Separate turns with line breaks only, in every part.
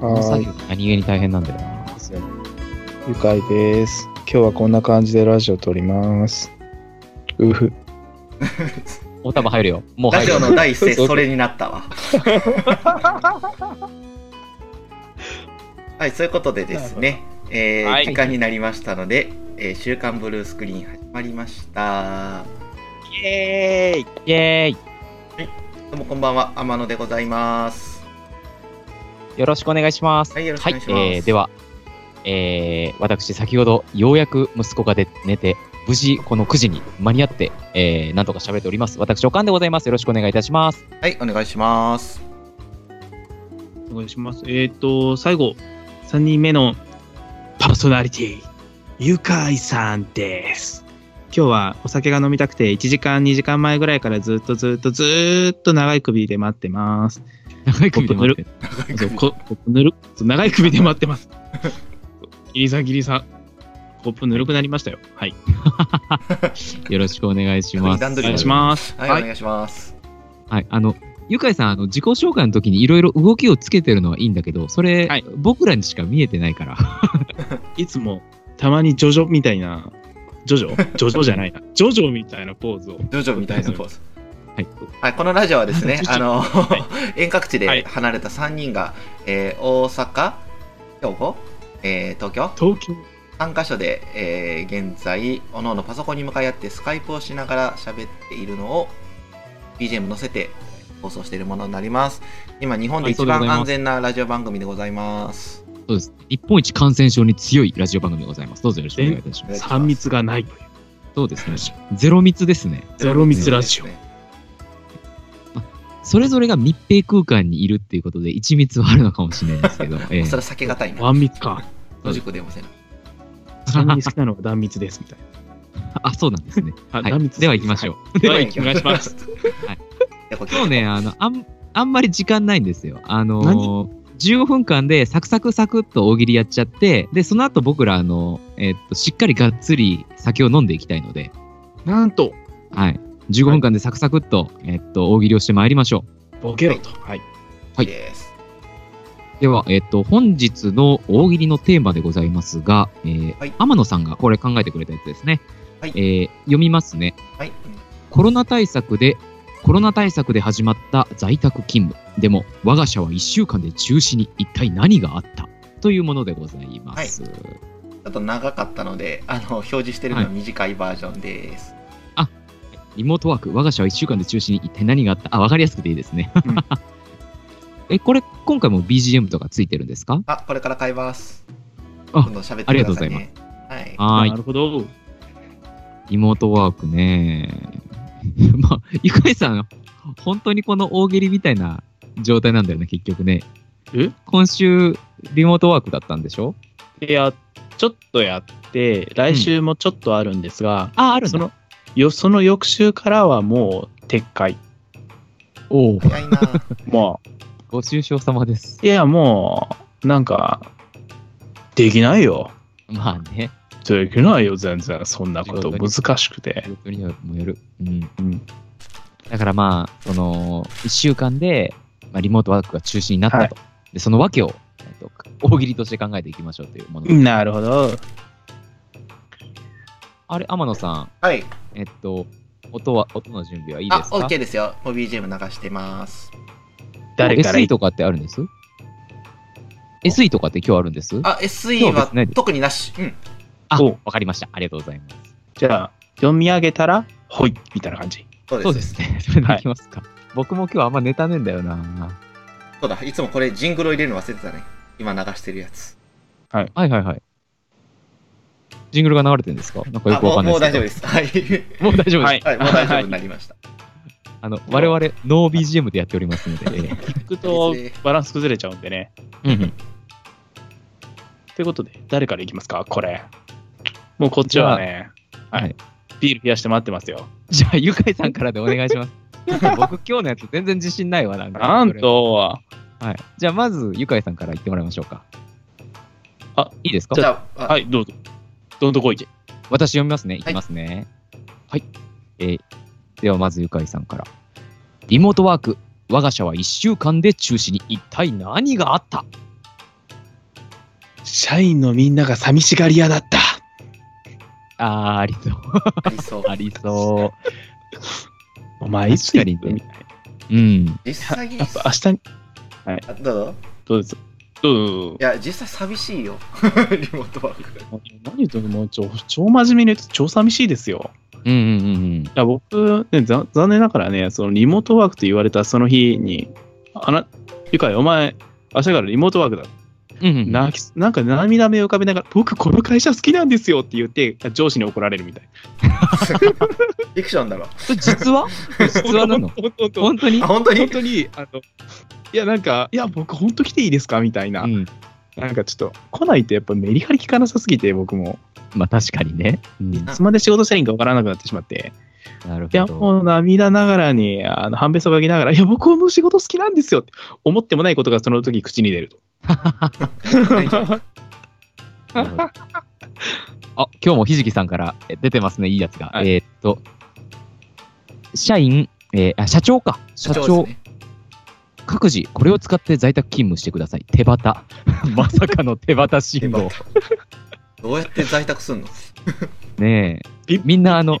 この
は
作
い
業何気に大変なんだよな。
ゆかいです。今日はこんな感じでラジオ撮ります。うふ。
お玉入るよ。もう
ラ
入
ジ
る
オ
よ。
の第一声
そうそう
それになったわはいそういうことでですね、えー
はい
時間になりましたので「えー週刊ブルースクリーン」始まりました
イエーイ
イェーイ
どうもこんばんは天野でございます
よろしくお願いします。
はいよろしくお願いします
えーでは、えー私、先ほど、ようやく息子がで寝て、無事、この9時に間に合って、えーなんとか喋っております。私、おかんでございます。よろしくお願いいたします。
はいお願いします
お願いします。えっ、と、最後、3人目のパーソナリティ、ゆかいさんです。今日はお酒が飲みたくて、1時間、2時間前ぐらいからずっとずっとずーっと長い首で待ってます。
長い首で待って
そうココップぬるそう長い首で待ってます。ギリさん、ギリさん。コップぬるくなりましたよ。はい。
よろしくお願いしま
首段
す。
取り
お願い
だ
します。
はい、
は
お
い。
願いします
はい、あの、ゆかいさん、あの自己紹介の時にいろいろ動きをつけてるのはいいんだけど、それ、
はい
僕らにしか見えてないから。
いつも、たまにジョジョみたいな、ジョジョジョジョじゃないな。ジョジョみたいなポーズを。
ジョジョみたいなポーズ
はい、
はい、このラジオはですね
ジョジョ
あの、
は
遠隔地
はい
で離れた3人が、えー大阪兵庫、えー東京
東京
3カ所で、えー現在おのおのパソコンに向かい合ってスカイプをしながら喋っているのを BGM 載せて放送しているものになります今日本で一
はいそうでござい
番
ます
安全なラジオ番組でございます
そうです。日本一感染症に強いラジオ番組でございます。どうぞよろしくお願いいたします。
え
3密がないという。
そうですね。ゼロ密ですね。
ゼロ密ラジオ
ゼロ
それぞれが密閉空間にいるっていうことで、一密はあるのかもしれないです けど、え
密そ
ー
れは避けがたいな
ワン密か。
野宿出ません
3人好きなのは断密ですみたいな。
あ、そうなんですね。
あ
はい、
断密
では行きましょ
う。
う。
では行きましょうお願いします。
今日ね、あの、あん、あんまり時間ないんですよ。あのー
何、
15分間でサクサクサクっと大喜利やっちゃって、で、その後僕ら、あの、えっと、しっかりがっつり酒を飲んでいきたいので、
なんと、
はい。15分間でサクサクっと、えっと、大喜利をしてまいりましょ
ボケろと。はい。
はい
です
う。では、えっと、本日の大喜利のテーマでございますが、えー
はい
天野さんがこれ考えてくれたやつですね。
はい
えー読みますね。
はい
コロナ対策で、コロナ対策で始まった在宅勤務。でも、我が社は1週間で中止に一体何があったというものでございます。
ちょっと長かったのであの表示してるのは短いバージョンです、
リモートワーク、我が社は1週間で中止に一体何があったあ、わかりやすくていいですね。
うん
え、これ、今回も BGM とかついてるんですか
あこれから買います
あ
どんどん喋ってください
あり
ねはい
はーい
な。るほど。
リモートワークね。 まあ、ゆかいさん、本当にこの大喜利みたいな状態なんだよね、結局ね。
え
今週、リモートワークだったんでしょ
いや、ちょっとやって、来週もちょっとあるんですが、
あ、あるん
そ
だ。
のよその翌週からはもう撤回。
おお、
早いな
も
ご愁傷様です
う、。いや、もう、なんか、できないよ。
まあね、
できないよ、全然。そんなこと
本当に
難しくて。
仕事にはもやる。うん。
うん
だからまあ、その、1週間で、まあ、リモートワークが中止になったと。
はい
で、その訳を、えっと、大喜利として考えていきましょうというもので、
なるほど。
あれ、天野さん、
はい
えっと、音は、音の準備はいい
あ
ですか
オッケーですよもう BGM 流してます
誰から
SE とかってあるんです ?SE とかって今日あるんです
あ、
今
SE
日は
は
別にないです
特になし。うん。
あ、
お
わかりました。ありがとうございます。
じゃあ、読み上げたら、ほい、みたいな感じ。
そうで
そ
す。
うですね。それでいきますか。僕も今日あんまネタねえんだよな。
そうだ、いつもこれジングルを入れるの忘れてたね。今流してるやつ。
はいはいはい。ジングルが流れてるんですかなんかよ
あ、
くわ
も
か
うん
ない
も
で
う
すけ
大
ど
丈夫です。はい。
もう大丈夫です。
は
は
い
い、もう大丈夫になり ました。
あの、我々、ノー BGM でやっておりますので。
聞くとバランス崩れちゃうんでね。
うんうん
ということで、誰からいきますか、これ。もうこっちはね、
あ
は
はい
い、ビール冷やして待ってますよ。
じゃあ、ゆかいさんからでお願いします。僕、今日のやつ全然自信ないわ、なんか。
なん。と、
はい。じゃあ、まず、ゆかいさんから言ってもらいましょうか。
あ、
いいですか
じゃあ、。
はいい、どうぞ。どんどこいけ。
私読みますね。いきますね。はい。えーではまずゆかいさんから。リモートワーク、我が社は1週間で中止に一体何があった
社員のみんなが寂しがり屋だった。
あー、ありそう。。
ありそう
ありそ
お前いつ
確かにね
行くみたいな
う。うん。
実際 に
や、っぱ明日に、
あどうぞ
どうぞ。どうぞ
い。や、実際寂しいよ。 リモートワーク。
何言ってももう超超真面目に言うと超寂しいですよ。
うんうんうん
いや僕、ね、ざ残念ながらね、そのリモートワークと言われたその日に、あな、ゆかい、お前、明日からリモートワークだ。
うん。うんうん、
泣きなんか涙目を浮かべながら、僕、この会社好きなんですよって言って、上司に怒られるみたい。
フィクションだろ。
それ実は実はなの
本当
本
本
当に
あ、本当
当
に
本当に、あの、いや、なんか、いや、僕、本当来ていいですかみたいな、
うん。
なんかちょっと、来ないとやっぱメリハリ効かなさすぎて、僕も、
まあ確かにね。うん
いつまで仕事したらいいんか分からなくなってしまって、
なるほど。
いや、もう涙ながらに、あの、半べそかきながら、いや、僕も仕事好きなんですよって思ってもないことがその時口に 出ると。
なるほどあ、今日もひじきさんからえ出てますね、いいやつが。
はい
えーっと、社員、えーあ、社長か。社長、
ですね
各自、これを使って在宅勤務してください。手旗。 まさかの手旗信号。
どうやって在宅すんの
ねえ
ピ。
みんな、あの、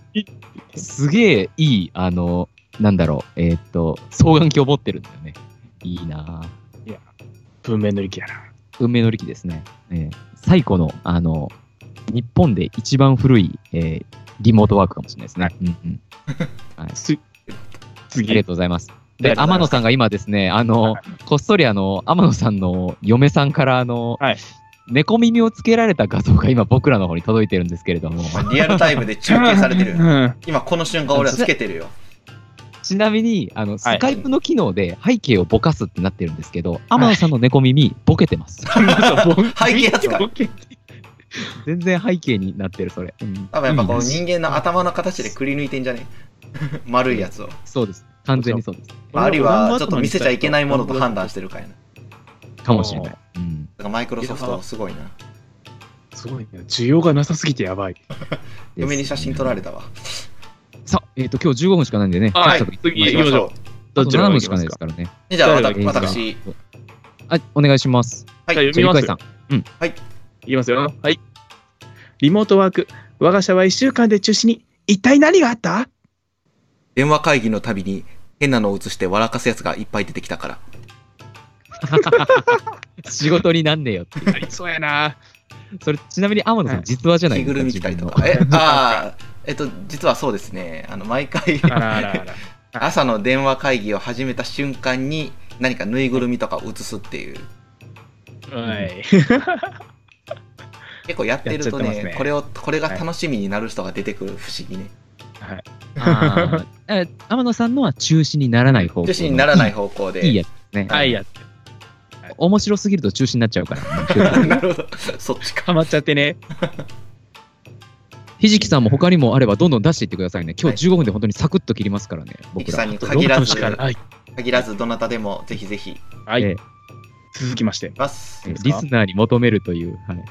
すげえいい、あの、なんだろう、えーっと、双眼鏡を持ってるんだよね。いいなあ
文明の力やな。
運命の利器ですね。ええ最古の、あの、日本で一番古い、えーリモートワークかもしれないですね。うん うん
す、
あり
次
が。とうございます。
あ
で
り、がとうございます
天野さんが今ですね、あの
は、
こっそりあの、天野さんの嫁さんから、あの、
はい
猫耳をつけられた画像が今僕らの方に届いてるんですけれども、
リアルタイムで中継されてる
う。ん。
今この瞬間俺はつけてるよ。
ちなみに、あの、ス
はい
カイプの機能で背景をぼかすってなってるんですけど、天野さんの猫耳、ぼけて ます。
背景扱い。
全然背景になってる、それ。うん
多分やっぱこ
いい
の
です
人間の頭の形でくり抜いてんじゃね 丸いやつを。
そうです。完全にそうです。
まあ、あるいはちょっと見せちゃいけないものと判断してるかやな。だ
かもしれない。うん。
からマイクロソフトすごいな。
すごいね。需要がなさすぎてやばい。
嫁に写真撮られ
た。
たわ。
さあ、えっと、今日15分しかないんでね。
はい
早速
次行きましょう
あと7分しかないですからね。
う。じゃあわた
誰がいいですか
私、
はい、お願いします。
はい
じゃあ
じ
読
ゃ
み
あ、ゆ
ま
かい
す
さん。
いきますよ。はい。リモートワーク。我が社は1週間で中止に。一体何があった
電話会議のたびに変なのを映して笑かすやつがいっぱい出てきたから。
仕事になんねえよっていう。
ありそうやな。
それ、ちなみに天野さ
は
ん、
い
実話じゃないです
着ぐ
か。
るみ着たりと
自
か。え、ああ、 えっと、実はそうですね。あの、毎回、
あらあらあら。
朝の電話会議を始めた瞬間に何かぬいぐるみとかを映すっていう。
はい。
結構やってると
やっちゃって
ね
ますね
これを、これが楽しみになる人が出てくる不思議ね。
分のあーえ天野さんのは中止にならない方向。
女子にならない方向で。
いいやつですね。
はい、やって。
面白すぎると中止になっちゃうから。
なるほど。そっちか。
ハマっちゃってね。
ひじきさんも他にもあればどんどん出していってくださいね。今日15分で本当にサクッと切りますからね。
ひ
僕
き
ら。
さんに限らず
し、かない。
限らずどなたでもぜひぜひ
はい。
ええ
続きまして。
ます。
リスナーに求めるという。はい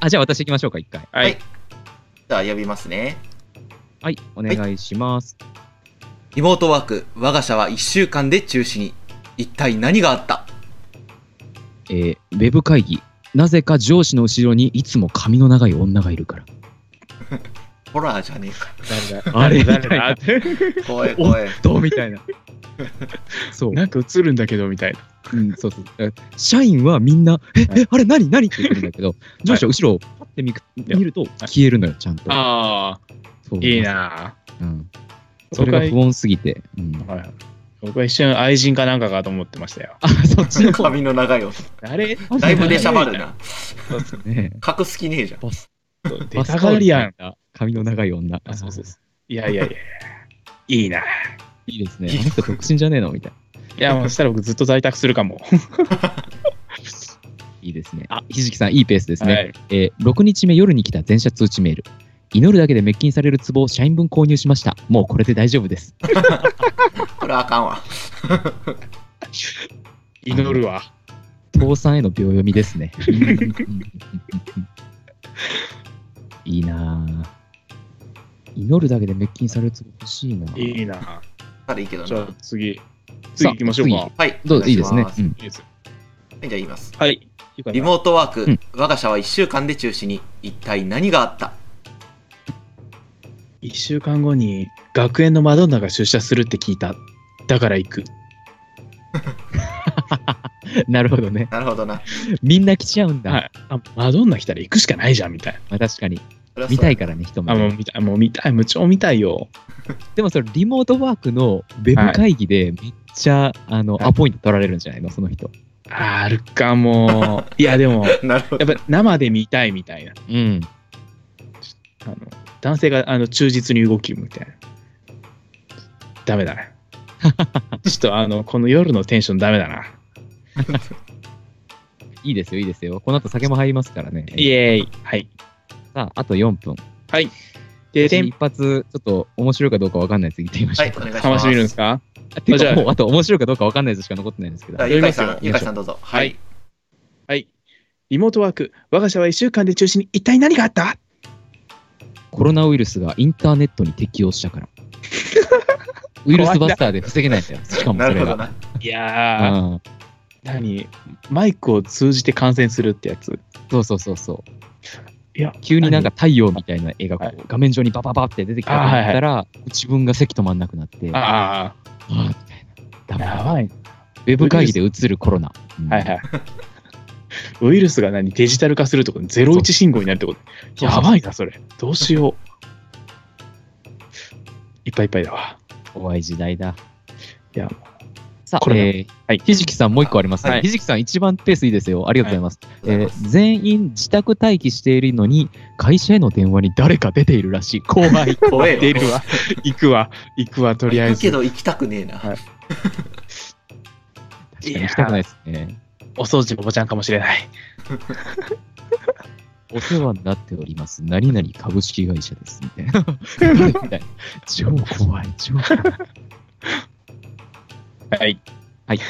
あ、じゃあ私行きましょうか、一回。
はい。
じゃあ呼びますね。
はい、お願いします。
リモートワーク、我が社は1週間で中止に。一体何があった
えーウェブ会議。なぜか上司の後ろにいつも髪の長い女がいるから。
ホラーじゃねえか。
誰
あれ
誰だ
怖い怖い。
どうみたいな。そう。
なんか映るんだけどみたいな。
うん、そうそう。だから社員はみんな、え、え、あれ何何って言ってるんだけど、上司は後ろをパッて見く見ると消えるのよ、ちゃんと。
あ
そう
あ、いい。な
うん。それが不穏すぎて。うん。
はい僕は一瞬愛人かなんかかと思ってましたよ。
あ、そっちの方
髪の長いよ。
あれ
だいぶ出しゃばるな。
ね。
隠す気ねえじゃん。
パス。
出たがりやん。。
髪の長い女。
あそうそう
そう。
いやいやいや。いいな。
いいですね。あの人独身じゃねえのみたいな。
いや、もうそしたら僕ずっと在宅するかも。
いいですね。あ、ひじきさん、いいペースですね。
はい
えー6日目夜に来た全社通知メール。祈るだけで滅菌される壺を社員分購入しました。もうこれで大丈夫です。
これはあかんわ。
祈るわ。
倒産への秒読みですね。いいなぁ。祈るだけで滅菌される壺欲しいなぁ
いいな。
ただいいけど
じゃ
な
あ。次。次行きましょうか。
さあ
はい。
どういいですね
お願。
うん
いいで
し
す
ますはいじゃあ言います。
はい。ゆかい
リ
は
モートワーク、
うん
我が社は1週間で中止に一体何があった
1週間後に学園のマドンナが出社するって聞いた。だから行く。
なるほどね。
なるほどな
みんな来ちゃうんだ。
はい。あ、マドンナ来たら行くしかないじゃん、みたいな。
まあ、確かに。
それはそう
見たいからね、人も
あ、
ね、
もう見たい、もう見たい、無調見たいよ。
でもそれ、リモートワークのウェブ会議でめっちゃ、あの、
はい
アポイント取られるんじゃないのその人。
あるかも。 いや、でも、
なるほど
やっぱ生で見たいみたいな。
うん。
あの男性があの忠実に動きみたいな。ダメだ な。ちょっとあの、この夜のテンションダメだな。
いいですよ、いいですよ。この後酒も入りますからね。
イエーイ。はい。
さあ、あと4分。
はい。で、
一
天
発、ちょっと面白いかどうかわかんないやつ言ってみましょ
は
う
い
か。
お願いします
楽しみるんですか
あてか
あじゃあ
もうあと面白いかどうかわかんないやつしか残ってないんですけど
じゃあ。
読
ゆ
み
か
ま
い
すよ
さんゆかいさんどうぞは
はいいはい。リモートワーク、我が社は1週間で中止に一体何があった
コロナウイルスがインターネットに適応した から。ウイルスバスターで防げないんだよ。しかも
な
そ
る
れ
ほど
が。
な
ないやー、
うん
何マイクを通じて感染するってやつ。
そうそうそうそう。
いや、
急になんか太陽みたいな絵がこ
は
う画面上にバババって出てきたと思ったら、自分が席止まんなくなって、あ
あ
あみたいな。
あ、や
ダメ
ばい。
ウェブ会議で映るコロナ。うん
はいはい。ウイルスが何デジタル化するとこ01信号になるってこと
そう
やばいな、それ。どうしよう。いっぱいいっぱいだわ。
怖い時代だ。
いや、
さあ、
これね
えー
はい
ひじきさんもう一個あります
は
ね。
い
ひじきさん一番ペースいいですよ。ありがとうございます。
ありがとうござい
えー
ま
全員自宅待機しているのに、会社への電話に誰か出ているらしい。怖い。
す怖え
出る わ。行くわ。行くわ、とりあえ
行くけ
ず。
ど行きたくねえな
はい
確かに行きたくないですね。
お掃除のおばちゃんかもしれない。
お世話になっております。何々株式会社です。みたいな。みたいな超怖い。超怖い。
はい。
はい。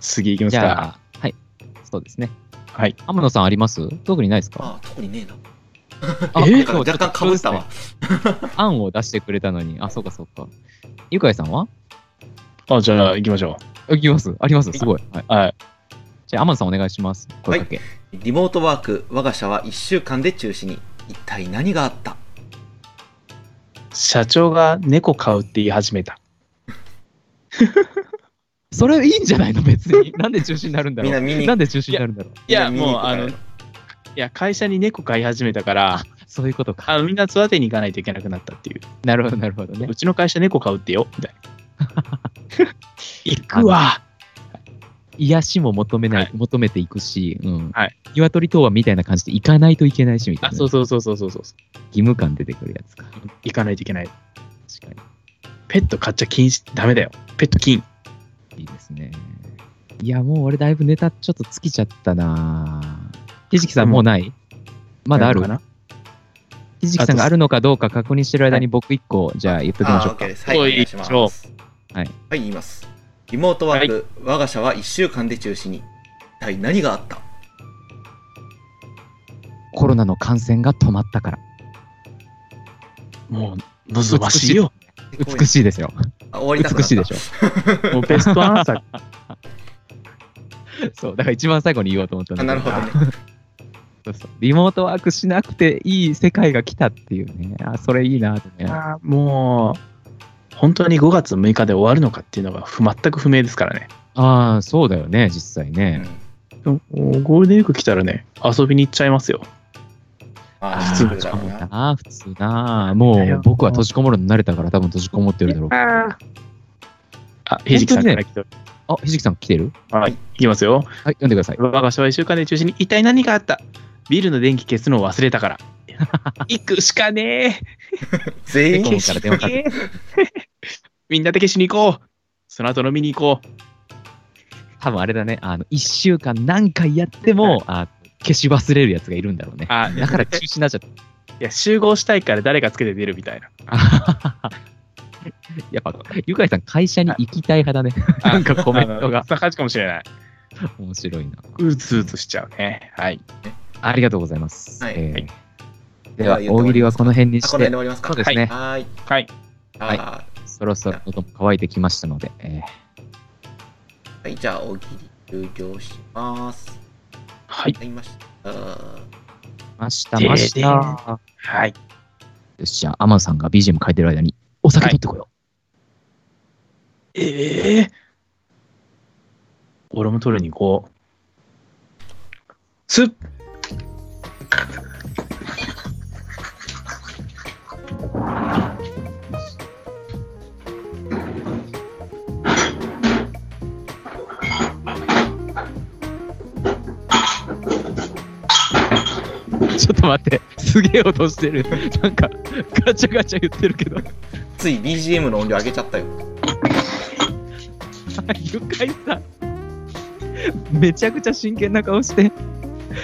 次行きます
じゃ
か。
あ、はい。そうですね。
はい。
天野さんあります特にないですか
あ特にねえな
あ
え
そう
なんか若干かぶった
そ
わ。
うですね案を出してくれたのに。あ、そうかそうか。ゆかいさんは
あ、じゃあ行きましょ
あいきます。あります。すごい。はい。
う。はい。
じゃあ、天野さんお願いします。声かけ。
リモートワーク我が社は1週間で中止に一体何があった
社長が猫飼うって言い始めた。
それいいんじゃないの別に。 なんで中止になるんだろ
みんな
う。
見に
なんで中止になるんだろう。
いや、
みんな見に
もう、
行く
あ
から
の、いや、会社に猫飼い始めたから、
そういうことか。
あのみんな育てに行かないといけなくなったっていう。
なるほど、なるほどね
う。ちの会社猫飼うってよ、みたいな。行くわ。
癒しも求めない、
は
求めていくし、うん。
はい
鶏とはみたいな感じで行かないといけないし、みたい
あ、
な。
そうそうそうそうそうそう。
義務感出てくるやつか。
行かないといけない。
確か
ペット飼っちゃ禁止、ダメだよ。ペット禁。
に。いいですね。いや、もう俺だいぶネタちょっと尽きちゃったなひじきさんもうないまだある
なのか
ひじきさんがあるのかどうか確認してる間に僕一個、じゃあ言っときましょう
あー OK
か。
ですはい、お
おい
願いします。
行きま
はい
はい、言います。リモートワーク、我が社は1週間で中止に。一体何があった
コロナの感染が止まったから。
なもう、望ましい よ。
美しいですよ。
あ終わりたくなった
美しいでしょ。
もうベストアンサー。
そう、だから一番最後に言おうと思ったん
あ
だけ
なるほどね。
そうそうリモートワークしなくていい世界が来たっていうね。あ、それいいなとね。
あーもう、本当に5月6日で終わるのかっていうのがふ全く不明ですからね。
ああ、そうだよね、実際
う
ね。
ん
でもゴールデンウィーク来たらね、遊びに行っちゃいますよ。
まあ、
あー
普通だろうな。
ああ、普通なあ。もう僕は閉じこもるの慣れたから多分閉じこもってるだろうけど。
あ、ひじきさんから来てる。
あ、ひじきさん来てる
はい、いきますよ。
はい、読んでください。
我が社は1週間で中止に一体何があったビルの電気消すのを忘れ たから。行くしかね
エ
全
コ
員
ンから電話かけて。
みんなで消しに行こうその後飲みに行こう
多分あれだね、あの、1週間何回やっても、あ消し忘れるやつがいるんだろうね。
あ、
だから中止になっちゃった。
いや集合したいから誰かつけて出るみたいな。
あはははやっぱ、ゆかいさん、会社に行きたい派だね。
あ
なんかコメントが
あのそんな感じかもしれない。
面白いな。
うつうつしちゃうね。はい。
ありがとうございます。
はい
えー
で
で
は
は、大喜利はこの辺に
あ、
し
この辺で
て
終、わりますか
そうですね
はーい。
はい。
はい
は
そろそろ喉も乾いてきましたので、えー
い。はい、じゃあ、大喜利。終了します。
はい。
ありました。
ました、まし
でで
た。
はい。
よし、じゃあ、アマンさんが BGM 書いてる間に、お酒取ってこよ
ええ俺も取りに行こう。すっ
う。 ちょっと待って、すげえ音してる。 なんか、ガチャガチャ言ってるけど。
つい BGM の音量上げちゃったよ。
ゆかいさん、めちゃくちゃ真剣な顔して、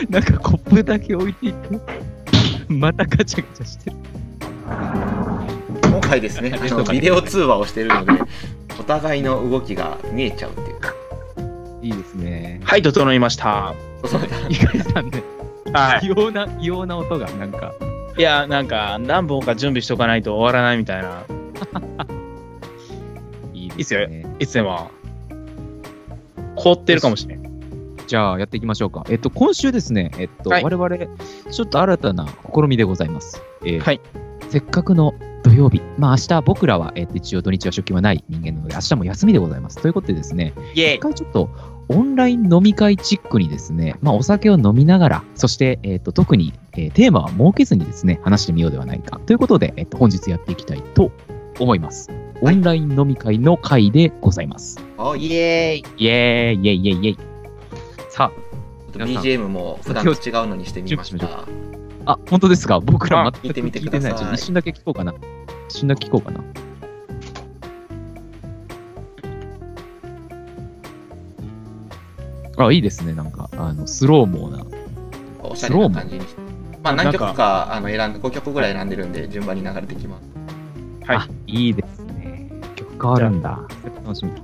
なんかコップだけ置いていく。またガチャガチャしてる。
今回 ですね、あ
ありがと
の
うございます
ビデオ通話をしてるので、お互いの動きが見えちゃうっていうか。
いいです ね。
はい、整いました。
そうだ
ゆかいさんね、
はい。
異様な、異様な音が、なんか、
いや、なんか、何本か準備しとかないと終わらないみたいな。
いい
いい
で
っす
す
よ
ね。
いつでも、凍ってるかもしれん。
じゃあ、やっていきましょうか。えっと、今週ですね、えっと、
はい
我々、ちょっと新たな試みでございます。えー
はい
せっかくの土曜日、まあ、明日僕らは、えっと、一応土日は出勤はない人間なので、明日も休みでございます。ということでですね、
イェ
一回ちょっとオンライン飲み会チックにですね、まあ、お酒を飲みながら、そして、えっと特に、えーテーマは設けずにですね、話してみようではないかということで、えっと本日やっていきたいと思います。オ
はい
ンライン飲み会の会でございます。
おイエーイ
イエーイイエイイエイイエイ。さ皆さん
!BGM も普段と違うのにしてみました。
あ、あ、本当ですか僕ら全
あ聞いて
く
みて
聞い
く
て
だ
ないい。ち
さ
ょっと一瞬だけ聞こうかな。一瞬だけ聞こうかな。あ、いいですね。なんか、あの、スローモーな。
おしゃれな感じにして。まあ
なん
何
か
曲かあの選ん5曲ぐらい選んでるんで、順番に流れてきます。
はい
あ、いいですね。曲変わるんだ。楽しみ。
や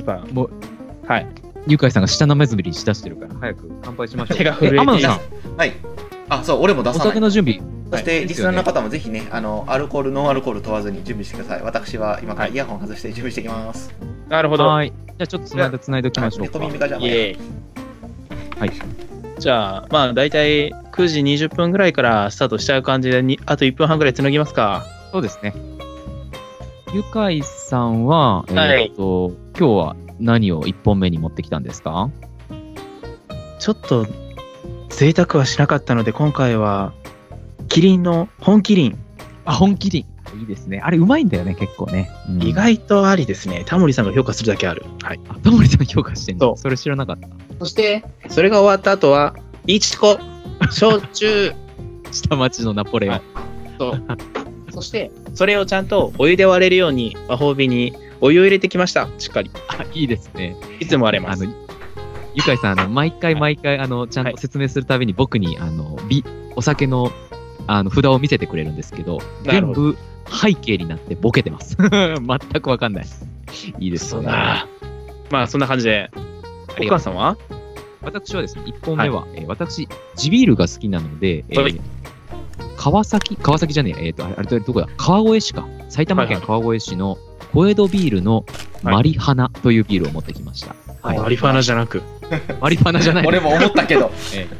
っぱ、
もう、
はい。
ゆうかいさんが下の目ずびりしだしてるから、早く乾杯しましょう。
手が震えて
え天野さん、
はい。あ、そう、俺も出
お
さない
酒。の準備。
そして、
はい
リスナーの方もぜひね、あの、アルコール、ノンアルコール問わずに準備してください。私は今からイヤホン外して準備してきます。
なるほど。
はーい。じゃあちょっとその間繋いでおきましょう
猫
か。
耳がじゃあ
イエーイ。
はい。
じゃあ、まあ、大体9時20分ぐらいからスタートしちゃう感じでに、あと1分半ぐらいつなぎますか。
そうですね。ゆかいさんは、え
はい
ーっと、今日は何を1本目に持ってきたんですか
ちょっと、贅沢はしなかったので、今回は、キリンの本キリン、
あ、本麒麟。いいですね。あれ、うまいんだよね、結構ね。うん
意外とありですね。タモリさんが評価するだけある。はい。
あ、タモリさん評価してん
そ
の
う
それ知らなかった。
そして、それが終わった後は、いちこ、焼酎、
下町のナポレオン。
はいそして、それをちゃんとお湯で割れるように、魔法瓶にお湯を入れてきました。しっかり。
あ、いいですね。
いつも割れま
あ
す
の。、ゆかいさん、あの、毎回毎回、あの、ちゃん
はい
と説明するたびに僕に、あの、び、お酒の、あの、札を見せてくれるんですけど、
なる
全
ほ
部背景になってボケてます。 全くわかんないです。いいです
そう
ね。
だ。まあ、そんな感じで。
り
お
がとう
母さんは
私はですね、1本目は、えー私、地ビールが好きなので、えー
はい
川崎、川崎じゃねえ、えっ、と、あれ、あれどこだ、川越市か。埼玉県川越市の小江戸ビールのマリハナというビールを持ってきました。はい。
マリファナじゃなく。
マリハナじゃ ない、
俺も思ったけど
ええ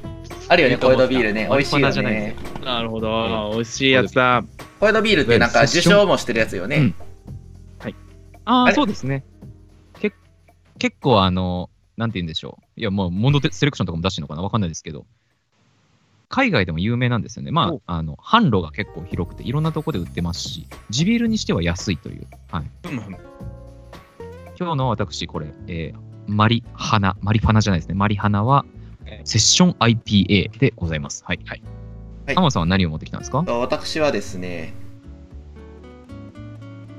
あるよね、小江戸ビールね。美味しい
マリファナ
よ
じゃないです
ね
よ。
なるほど。美味しいやつだ。
小江戸ビールってなんか受賞もしてるやつよね。
うんあ
あ
あ、
れ
そうですね。け結構、あの、なんて言うんでしょう。いや、もう、モンドセレクションとかも出してるのかなわかんないですけど、海外でも有名なんですよね。ま
お
あ、あの、販路が結構広くて、いろんなとこで売ってますし、地ビールにしては安いという。はい。今日の私、これ、えーマリハナ、マリファナじゃないですね。マリハナは、セッション IPA でございます。はい。はい。
はい
タモさんは何を持ってきたんですか
と私はですね、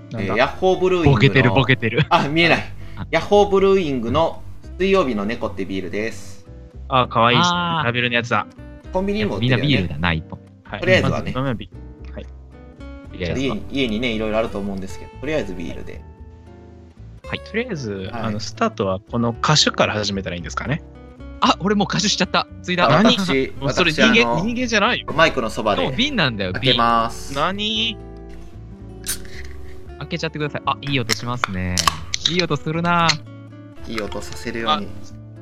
なん
え
だ
ーヤッホーブルーイングの
ボケてる、ボケてる。
あ、見えない
あ。
ヤッホーブルーイングの水曜日の猫ってビールです。
あ、かわいい
あー
ラベルのやつだ。
コンビニにも売っ
み
て
んな
るよ
ビール
ね。
だな、一本。
はい
とりあえずはね
ま飲めば
いやい
家
や
に家にね、いろいろあると思うんですけど、とりあえずビールで。
はい、とりあえず、
はい
あのスタートはこの歌手から始めたらいいんですかね。
あ、俺もう歌手しちゃった。ついだ。
あ
何
私、
もうそれ
私、
人
あ
間
の
人、間じゃないよ。
マイクのそば
でも
で
瓶なんだよ、
開
瓶
け。ます。
何
開けちゃってください。あ、いい音しますね。いい音するな。
いい音させるように。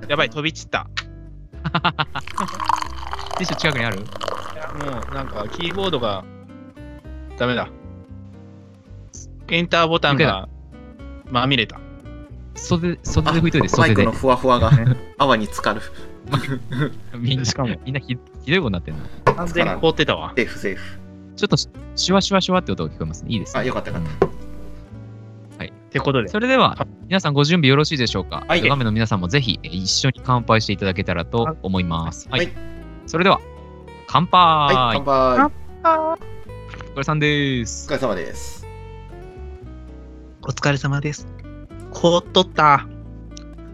やばい、飛び散った。
ティッシュ近くにあ
い
る
やもうなんかキーボードがダメだ。エンターボタンがまみれた。
袖、袖で拭いといて、
マ
袖
イク
で
の。ふわ ふわが泡に浸かる。
みんな
し、かも、
みんなひひどいことになってるな。
完
完全に凍ってたわ。
セーフセーフ。
ちょっとし、シュワシュワシュワって音が聞こえますね。いいですね。。
あよかったよかった
ってことで。
それでは、皆さんご準備よろしいでしょうか。
はい
画面の皆さんもぜひえー一緒に乾杯していただけたらと思います。はい。
はい
それでは、乾
はい、
杯、
乾杯。
お疲れさんで
お
す
疲。れ様です。
お疲れ様です。凍っとった。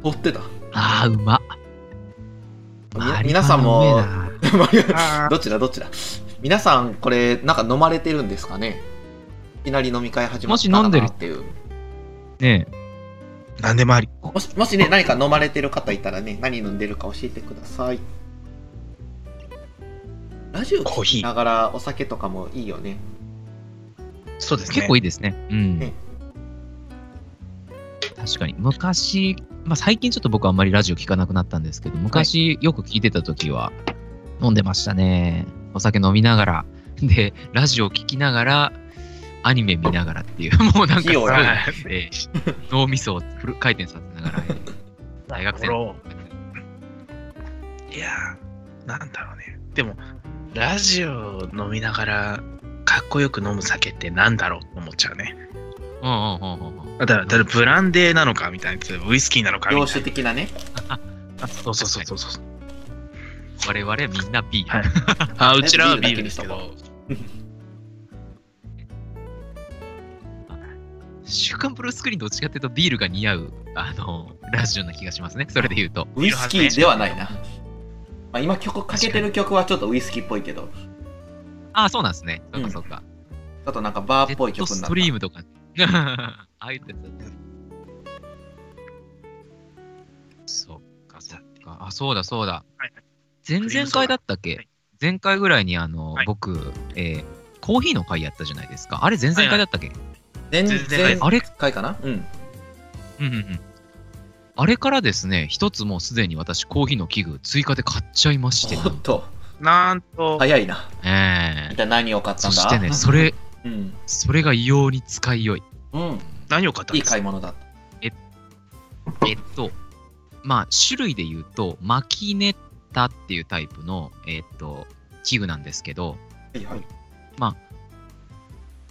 追って た。
あー、うま。
み皆さんも
マリファナうめえな
あ
どちらどちら。皆さん、これ、なんか飲まれてるんですかねいきなり飲み会始まった
もし飲んでる
なっていう。
ね
なんでもあり。
もし、もしね、何か飲まれてる方いたらね、何飲んでるか教えてください。ラジオ
コー
聞
ヒ
き
ー
ながらお酒とかもいいよね。
そう
え
ですね。
結構いいですね。うん。
ね
確かに。昔、まあ、最近ちょっと僕あんまりラジオ聞かなくなったんですけど、昔よく聞いてた時は、飲んでましたね。お酒飲みながら。 で、ラジオ聞きながら、アニメ見ながらっ ていう、もうなんかすごい、
器用だ
えー脳みそをフル回転さ せながら、えー大学生の
いやー、なんだろうね。でも、ラジオ飲みながら、かっこよく飲む酒ってなんだろうと思っちゃうね。
うんうんうんうんうん。
だから、だからブランデーなのかみたいな、ウイスキーなのかみ
洋
たい
酒的なね。
な。そうそうそうそうそう。
我々みんな B。
はいあ、うちらはビールですけ
ビ
ど。
週刊プロスクリーンどっちかっていうとビールが似合う、あの、ラジオな気がしますね。それで言うと。
ウイスキーではないな。まあ、今曲かけてる曲はちょっとウイスキーっぽいけど、
ああ、そうなんですね。そう
う
か
ん
そうか。
ちょっとなんかバーっぽい
ジェッ
曲
ト
にな
ス
っ
ト
た。
リームとか。 ああいうやつだったそっかそっか。あ、そうだそうだ
はい。
前々回だったっ
は
け
い
前回ぐらいにあの
は、い
僕、えーコーヒーの会やったじゃないですか。あれ前々回だったっけ
全
全然
然
あれ
回かなうん。
うんうんうん。あれからですね、一つもうすでに私コーヒーの器具追加で買っちゃいまして
おっと、
なんと、
早いな。
ええ
一体何を買った
そ
んだ
してね、それ、
うん。
それが異様に使いよい。
うん。
何を買ったん
いい
ですか
買い物だっ
えっと、まあ、種類で言うと、巻きネッタっていうタイプの、えっと、器具なんですけど、
た。はいはい。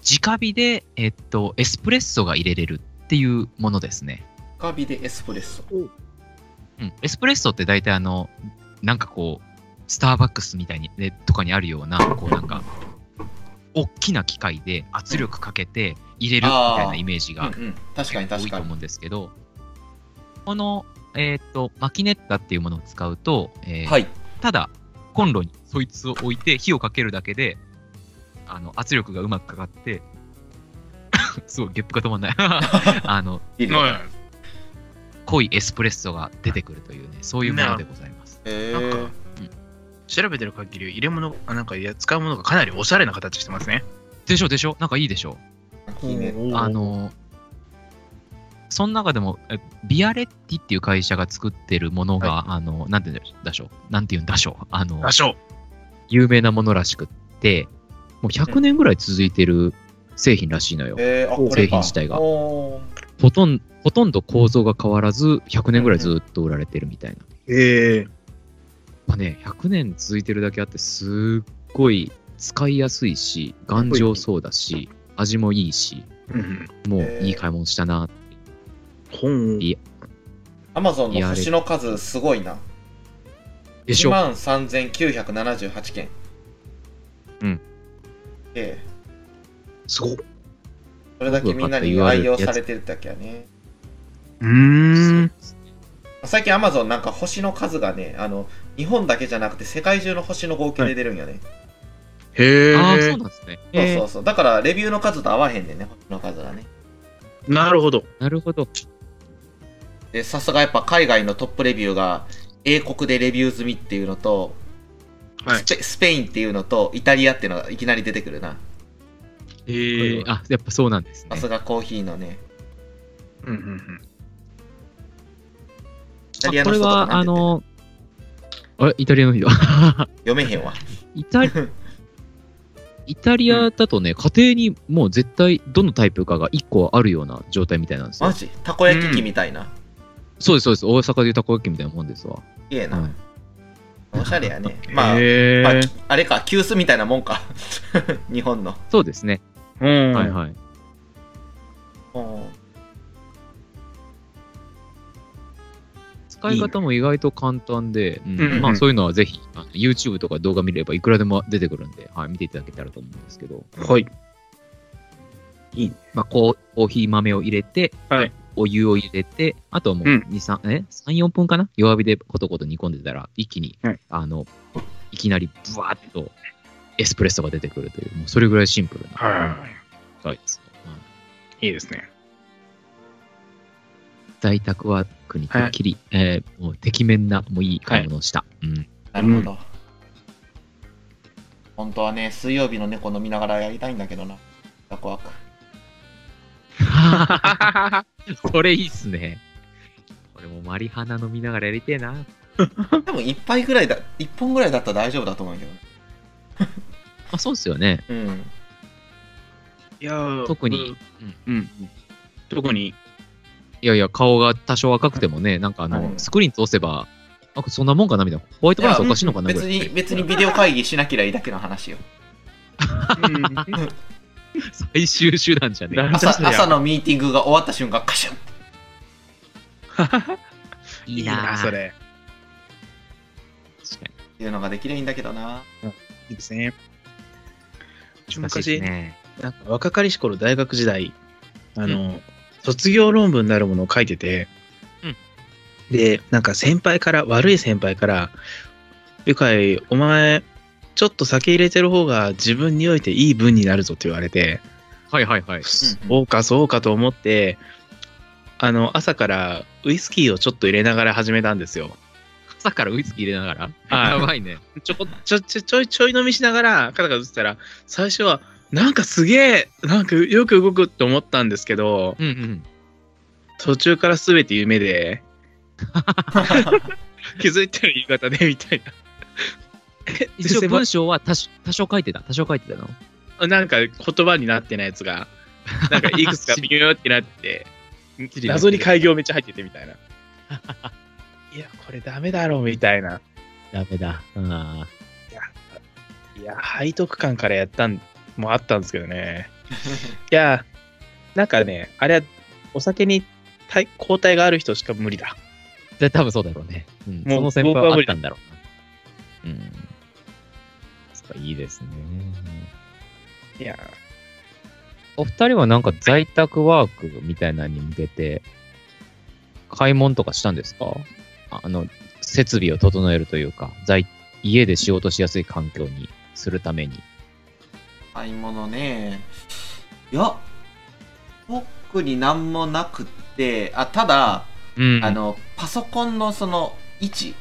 直火で、えっと、エスプレッソが入れれるっていうものですね。
カビでエスプレッソ。
うん。エスプレッソって大体あの、なんかこう、スターバックスみたいに、ね、とかにあるような、こうなんか、大きな機械で圧力かけて入れるみたいなイメージ
うんう
が
ん。確かに
多
確
い
か
と
に
思。うんですけど、この、えっと、マキネッタっていうものを使うと、えー
はい。
ただ、コンロにそいつを置いて火をかけるだけで、あの、圧力がうまくかかって、 すごい、ゲップが止まん ない。あの、
ビールだから
濃いエスプレッソが出てくるというね、そういうものでございます。
え
なんか
ー、
調べてる限り、入れ物、あなんかいや使うものがかなりおしゃれな形してますね。
でしょでしょなんかいいでしょ
いいね。
あ、の、その中でも、えビアレッティっていう会社が作ってるものが、あの、なんて言うんだしょうなんて言うんだしょうあの、
場所。
有名なものらしくって、もう100年ぐらい続いてる製品らしいのよ。
えー、あ、これか
製品自体が
おー
ほとんほとんど構造が変わらず、100年ぐらいずっと売られてるみたいな。
ええ。
まあね、100年続いてるだけあって、すっごい使いやすいし、頑丈そうだし、味もいいし、
うん
もう
へー
いい買い物したな。
本を
い
アマゾンの星の数すごいな。
でしょ
1万3978件。
うん。
ええ
すごっう
それだけみんなに愛用されてるだけやね。
ーん。
最近アマゾンなんか星の数がね、あの、日本だけじゃなくて世界中の星の合計で出るんよね。
へえ。
ああ、そうなんですね。
そう
え
そうそう。だからレビューの数と合わへんでね、星の数がね。
なるほど。
ーなるほど。
で、さすがやっぱ海外のトップレビューが英国でレビュー済みっていうのと、
はい
ス。ペスペインっていうのとイタリアっていうのがいきなり出てくるな。
えーあ、やっぱそうなんですね
さ。すがコーヒーのね。
うんうんうん。
タリア
あこ
の
れ
人とか
は、あ
なんて言ってん
の、あイタリアの人
読めへんわ。
イタリ イタリアだとね、家庭にもう絶対どのタイプかが1個あるような状態みたいなんです
マ
よ。
ジたこ焼き器みたいな。
そうです、そうです。大阪でいうたこ焼きみたいなもんですわ。
綺麗
は
な。おしゃれやね。まあ、
へ
まあ
え。、
あれか、急須みたいなもんか。 日本の。
そうですね。
うん。
はいはい。使い方も意外と簡単で、うん
うんうん
まあそういうのはぜひ、あの YouTube とか動画見ればいくらでも出てくるんで、はい、見ていただけたらと思うんですけど、
はい。
まあこう、コーヒー豆を入れて、
はい
お湯を入れて、あとはもう
うん
2、三え3、4分かな弱火でコトコト煮込んでたら、一気に、
はい
あの、いきなりブワーッとエスプレッソが出てくるという、もうそれぐらいシンプルな
は
機械ですね、はい
い。いいですね。
在宅ワークにてっきり、えーもう、てきめんな、もういい買い物をした。 うん。
なるほど。本当はね、水曜日の猫飲みながらやりたいんだけどな。ワクワク。
それいいっすね。俺もマリハナ飲みながらやりてえな。
多分一杯ぐらいだ、一本ぐらいだったら大丈夫だと思うんだけどね。
あ、そうっすよね。
うん。
いやー
特に。
うん。うん特に。
いやいや、顔が多少赤くてもね、なんかあの、
はい
スクリーン通せば、あ、そんなもんかなみたいな。ホワイトバランスおかしいのかな
別に、別にビデオ会議しなきゃいいだけの 話よ。
最終手段じゃね
なる
朝
私だよ
朝のミーティングが終わった瞬間、カシュン
え。いい
な
な
それ。
確か
っていうのができればいいんだけどな。
いいですね。
に。難しいで
昔、
すね。
なんか若かりし頃大学時代、あの、卒業論文になるものを書いてて、
うん
で、なんか先輩から、悪い先輩から、ゆかい、お前、ちょっと酒入れてる方が自分においていい分になるぞって言われて、
はいはいはい。
そうかそうかと思って、あの、朝からウイスキーをちょっと入れながら始めたんですよ。
朝からウイスキー入れながら。
はい
やばいね。
ちょこちょちょちょいちょい飲みしながらカタカタ打ってたら最初はなんかすげえなんかよく動くって思ったんですけど
うんうん。
途中から全て夢 で気づいたら夕方でみたいな。え
一応
で
文章は多少多少書いてた。多少書いてたの。
せなんか言葉になってないやつがなんかいく つかビューってなって
きり
謎に開業めっちゃ入っててみた いな。いやこれダメだろうみたいな。
ダメだ。うん。
いや、背徳感からやったんもあったんですけ どね。いや、なんかね、あれはお酒に対抗体がある人しか無理だ。
で多分そうだろうね。うん、
もう
その先輩はあったんだろうな。うん。そっかいいですね。
いや、
お二人はなんか在宅ワークみたいなのに向けて、買い物とかしたんですかああの、設備を整えるというか、在家で仕事しやすい環境にするために。
買い物ね。いや、特になんもなくって、あ、ただ、
うん
あ、の、パソコンのその位置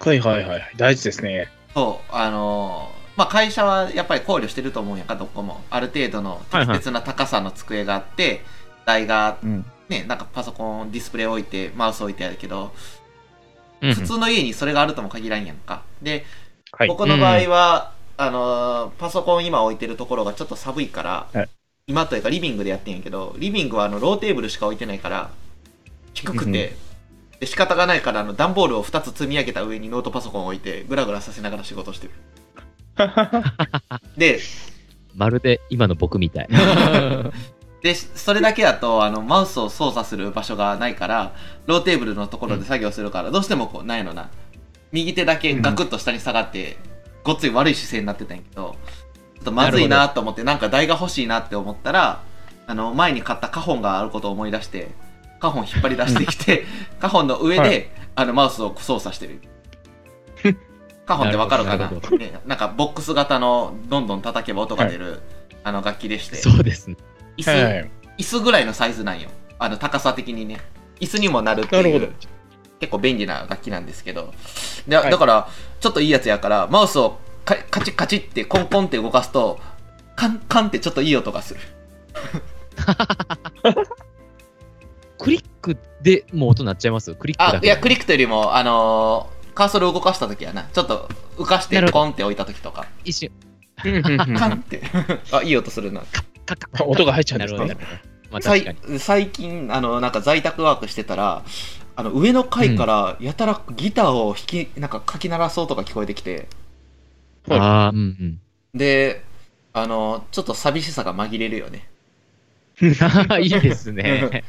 はいはいはい、大事ですね。
と、あの、まあ、会社はやっぱり考慮してると思うんやんか、どこも。ある程度の適切な高さの机があって、台が、
うん。
ね、なんかパソコン、ディスプレイ置いて、マウス置いてあるけど、
うんうん
普通の家にそれがあるとも限らんやんか。で、
はい。
僕の場合は、あのーパソコン今置いてるところがちょっと寒いから、
はい
今というかリビングでやってんやけどリビングはあのローテーブルしか置いてないから低く
うんうん
て、で仕方がないからあの段ボールを2つ積み上げた上にノートパソコンを置いてグラグラさせながら仕事してる で
まるで今の僕みたい。
でそれだけだとあのマウスを操作する場所がないからローテーブルのところで作業するから、どうしてもこうないのな右手だけガクッと下に下がって、ごっつい悪い姿勢になってたんやけどちょっとまずいなと思ってなんか台が欲しいなって思ったらあの前に買ったカホンがあることを思い出してカホン引っ張り出してき てカホンの上で、
は
あのマウスを操作してるカホンってわかるか
な
な
るほ
ね、なんかボックス型のどんどん叩けば音が出る、あの楽器でして
そうですね。
椅子、
はい、
椅子ぐらいのサイズなんよあの高さ的にね椅子にもなるっていう
なるほど
結構便利な楽器なんですけどで、
はい
だからちょっといいやつやからマウスをカカチッカチッってコンコンって動かすとカンカンってちょっといい音がする
クリックでもう音鳴っちゃいますクリック
あ
だ、
い
け
や、クリックというよりも、あのーカーソルを動かしたときやな。ちょっと浮かして
なるほ
ポンって置いたときとか。
一瞬
カンって。 あ、いい音するな。
カッカッ
あ音が入っちゃうんで
な
す
る
ね
ほどなるほどまあ
さい
確かに
最近あのなんか在宅ワークしてたらあの上の階からやたらギターを弾きなんかかき鳴らそうとか聞こえてきて
はい
ああうんうん
であのちょっと寂しさが紛れるよね
あー いいですね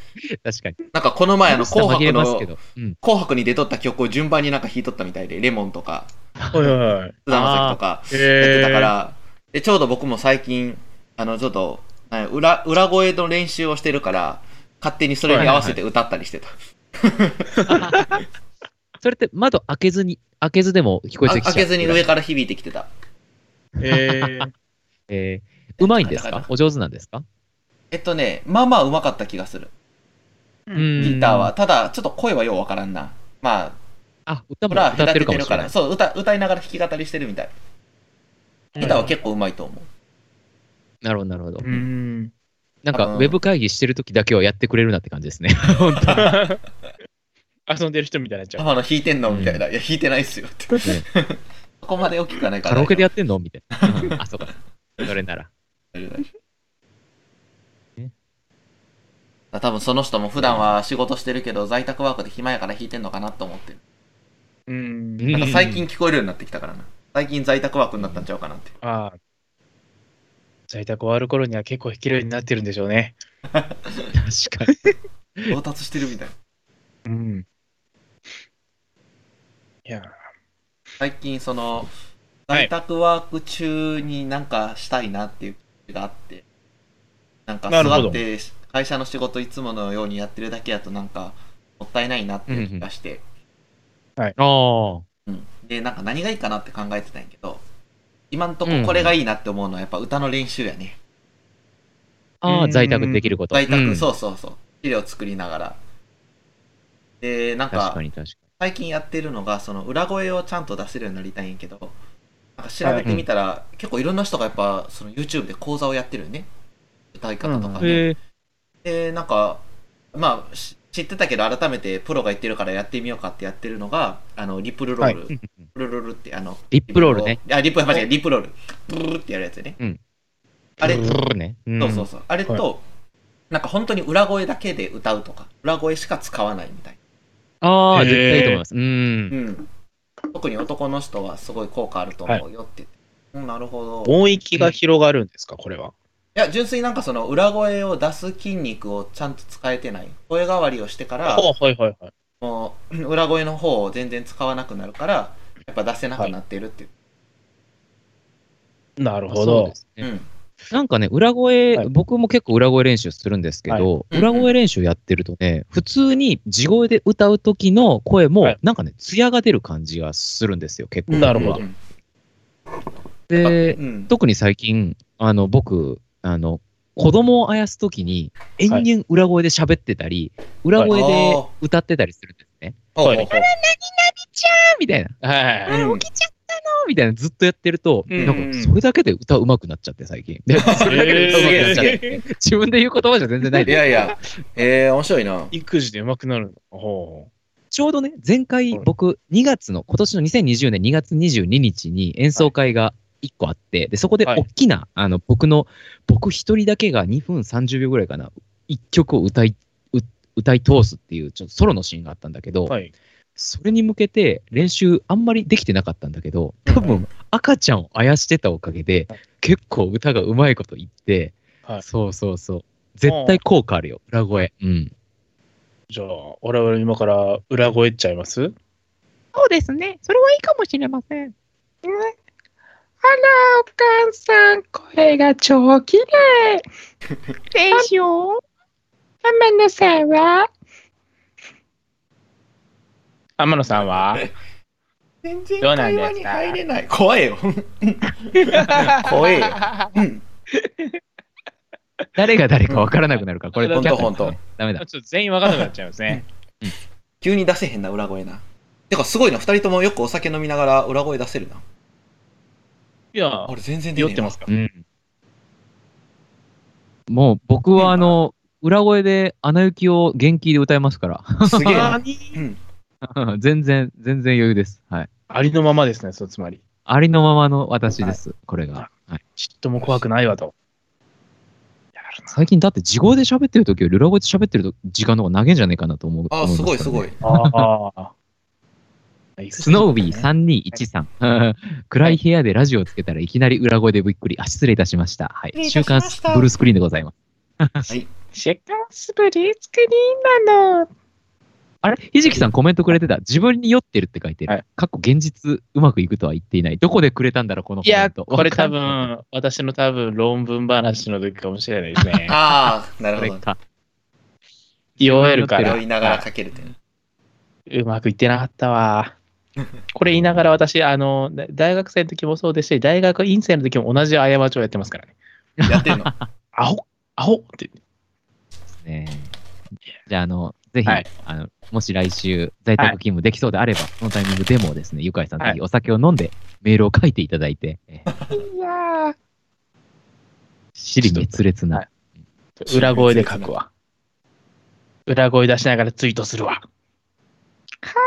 確かに
なんかこの前あの紅白
紛れます
の
けどうん
紅白に出とった曲を順番になんか弾いとったみたいでレモンとか
はいはいはい。
菅田将暉とか
え
やってたか
ー
ら、でちょうど僕も最近あのちょっとなんや裏裏声の練習をしてるから勝手にそれに合わせて歌ったりしてた、
それって窓開けずに開けずでも聞こえてきちゃ
あ
う
開けずに上から響いてきてた
えー
えーうまいんです
だか
からお上手なんですか
えっとね、まあまあうまかった気がする。ギターは。ただ、ちょっと声はようわからんな。まあ、
あ、歌も
俺は
歌
隔
ってて
て
るかも
る
し
か
れな
ら、
い。
そう歌、歌いながら弾き語りしてるみたい。ギターは結構うまいと思う。
なるほど、なるほど。
うん。
なん
あ
か、
の
ウェブ会議してる時だけはやってくれるなって感じです ね。
遊んでる人みたいになっちゃ
あ
う。
の、弾いてんのみたいな。いや、弾いてないっすよって。
ね
そ こまで大きくはないか
カ
ら。
ラオケで
や
やってんのみたいな。うんあ、そう か。それなら。
多分その人も普段は仕事してるけど、在宅ワークで暇やから弾いてんのかなと思ってる。
うん。
なんか最近聞こえるようになってきたからな。最近在宅ワークになったんちゃうかなって。
ああ。在宅終わる頃には結構弾けるようになってるんでしょうね。
確かに。
到達してるみたいな。
うん。いや
最近その
はい
在宅ワーク中になんかしたいなっていう気があって、なんか
なるほ
座
ど
って会社の仕事いつものようにやってるだけやとなんかもったいないなっていう気がして、
あ
うんでなんか何がいいかなって考えてたんやけど今んとここれがいいなって思うのはやっぱ歌の練習やね、
あ。ああ、在宅できること。
在宅、
うん
そうそうそう資料作りながらでなん
確
か
かに、確か
最近やってるのがその裏声をちゃんと出せるようになりたいんやけどなんか調べてみたら、結構いろんな人がやっぱその YouTube で講座をやってるよね歌い方とか
に。
ね、
へえ
でなんかまあし知ってたけど改めてプロが言ってるからやってみようかってやってるのがあのリプルロール、
は
うん
プルロールってあの
リップロールね。
あリップ間違えリップロールプルルルってやるやつね、
うん
あれ
ブルルルね。
そうそう
そ
そうあれと、
は
なんか本当に裏声だけで歌うとか裏声しか使わないみたいな
うん。ああ、
へえ
絶対いいと思います。うん。
うん、特に男の人はすごい効果あると思うよって、うん、なるほどい
音域が広がるんですか、これは。
や純粋になんかその裏声を出す筋肉をちゃんと使えてない声変わりをしてから
ほうはいはいはい。
もううん裏声の方を全然使わなくなるからやっぱ出せなくなってるっていう、
なるほ
そう
ど
で。すね。
うん
なんかね、裏声、
はい
僕も結構裏声練習するんですけど、
はい
裏声練習やってるとね、普通に地声で歌う時の声も、
はい
なんかね、艶が出る感じがするんですよ、結構。
なるほど
うん
で
う、ん
特に最近、あの、僕、あの、子供をあやす時に、延々裏声で喋ってたり、裏声で歌ってたりするんですね。
ほうほう
はい
あーみたいな、
はいはい。
うん
みたいな、ずっとやってると、
うん
なんか、それだけで歌うまくなっちゃって、最近。でそれだけで歌うまくなっちゃって、 自分で言う言葉じゃ全然ない
い
です
やいやえー、面白いな
育児で上手くなるの。ほ
ちょうどね、前回
うん
僕、2月の、今年の2020年2月22日に演奏会が1個あって、で、そこで
はい
大きな、あの、僕の、僕一人だけが2分30秒ぐらいかな、1曲を歌い、う歌い通すっていう、ちょっとソロのシーンがあったんだけど、
う。はい。
それに向けて練習あんまりできてなかったんだけど、多
は
分赤ちゃんをあやしてたおかげで、結構歌がうまいこと言って、
はい
そうそうそう。絶対効果あるよ、裏声。うん。
じゃあ、俺は今から裏声っちゃいます
そうですね。それはいいかもしれません。あら、お母さん、声が超綺麗。でしょ天野さんは
天野さんは
全然
どうなん
会
ですか
話に入れない怖いよ怖えよ、うん、
誰が誰かわからなくなるから、これ、
ほん
キ
と
ャッ
ほんと。
ダメ
ちょ
だ
っ。と全員わからなくなっちゃいますね。
急に出せへんな裏声なてかすごいな二人ともよくお酒飲みながら裏声出せるない
や、
俺全然出
酔
ね
っ
え
て
な
ますか
うん。もう、僕は、あの、裏声で、穴行きを元気で歌えますから。
すげ えな。
何
全然、全然余裕です。はい。
ありのままですね、そうつまり。
ありのままの私です、これが。はい、
ちっとも怖くないわと。やるな
最近、だって、地声で喋ってる時より、裏声で喋ってる時間の方が長いんじゃないかなと思う。
あ、
思ますから
ご
ね
いすごい。。。
あ あ。
スノービー3213。暗い部屋でラジオをつけたらいきなり裏声でびっくり。あ、失礼いたしました。は
失礼
い。
いた
週
しま
刊
した
ブルースクリーンでございます。
シェカンスブリースクリーンなの。
あれひじきさんコメントくれてた。自分に酔ってるって書いてる。
はい
かっこ現実うまくいくとは言っていない。どこでくれたんだろう、この
い
コメ
や、
ント。
これ多
わかんない。
分、私の多分論文話の時かもしれないですね
ああ、なる
こ
ほ
れ
ど。
か。
酔えるか
あ
ら。
酔いながらかけるって。
うまくいってなかった わ。これ言いながら私、あの、だ大学生の時もそうですし、大学院生の時も同じ過ちをやってますからね。
やってん の
アホアホって。
ねじゃあ、あの、ぜひ、
はい
あの、もし来週在宅勤務できそうであれば、そのタイミングでもですね、ゆかいさん、ぜ
はい
ひお酒を飲んでメールを書いていただいて、え
いや
尻滅裂な、
は裏声で書くわ。裏声出しながらツイートするわ。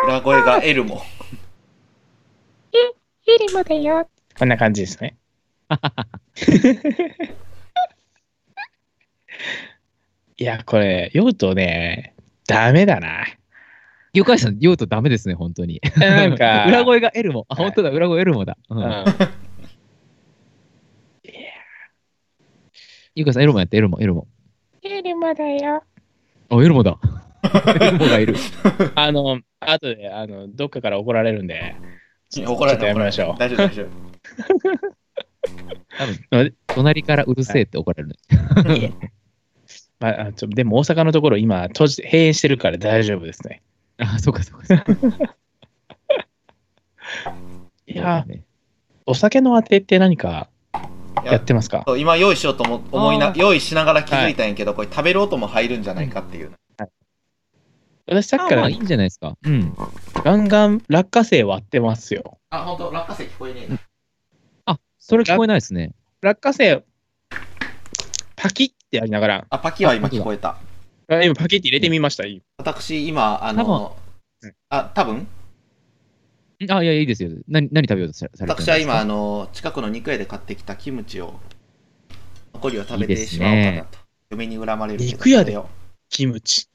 裏声がエルモ。
こんな感じですね。 いや、これ、酔うとね、ダメだな。
ゆかいさん、言うとダメですね、本当に。、
なんか
裏声がエルモ。あ、
はい
本当だ、裏声エルモだ。うん
うん。
ゆかいさん、エルモやって、エルモ、エルモ。
エルマだよ。
あ、エル モだ。エルモがいる。
あの、あとで、あの、どっかから怒られるんで、ちょ
怒られ
ちょっと
ない
やめましょう。
大丈夫大丈夫。
隣からうるせえって怒られる。
まあ、あちょでも大阪のところ、今、閉じて、閉園してるから大丈夫ですね。
あ、そうか、そうか、そうか。
いや、お酒のあてって何か
い
や
や
ってますか
そう今用意しようと思思い
あ
な
ー
用意しながら気づいたんやけど、これ食べる音も入るんじゃないかっていう、
私、さっき
か
からら
いいんじゃないですか。うん。
ガンガン落花生割ってますよ。
あ本当落花生聞こえねえ
あ、それ聞こえないですね。
落花生、パキってやりながら、
あパキは今聞こえた
あ今パキって入れてみました。いい
私今あの
多分
あ多分
あ、いや、いいですよ。何、何食べようとされてるんです
私
か
は今あの近くの肉屋で買ってきたキムチを残りを食べて
いいですね
しまおうかなと嫁に恨まれるけど
肉屋で
食べよ
キムチ。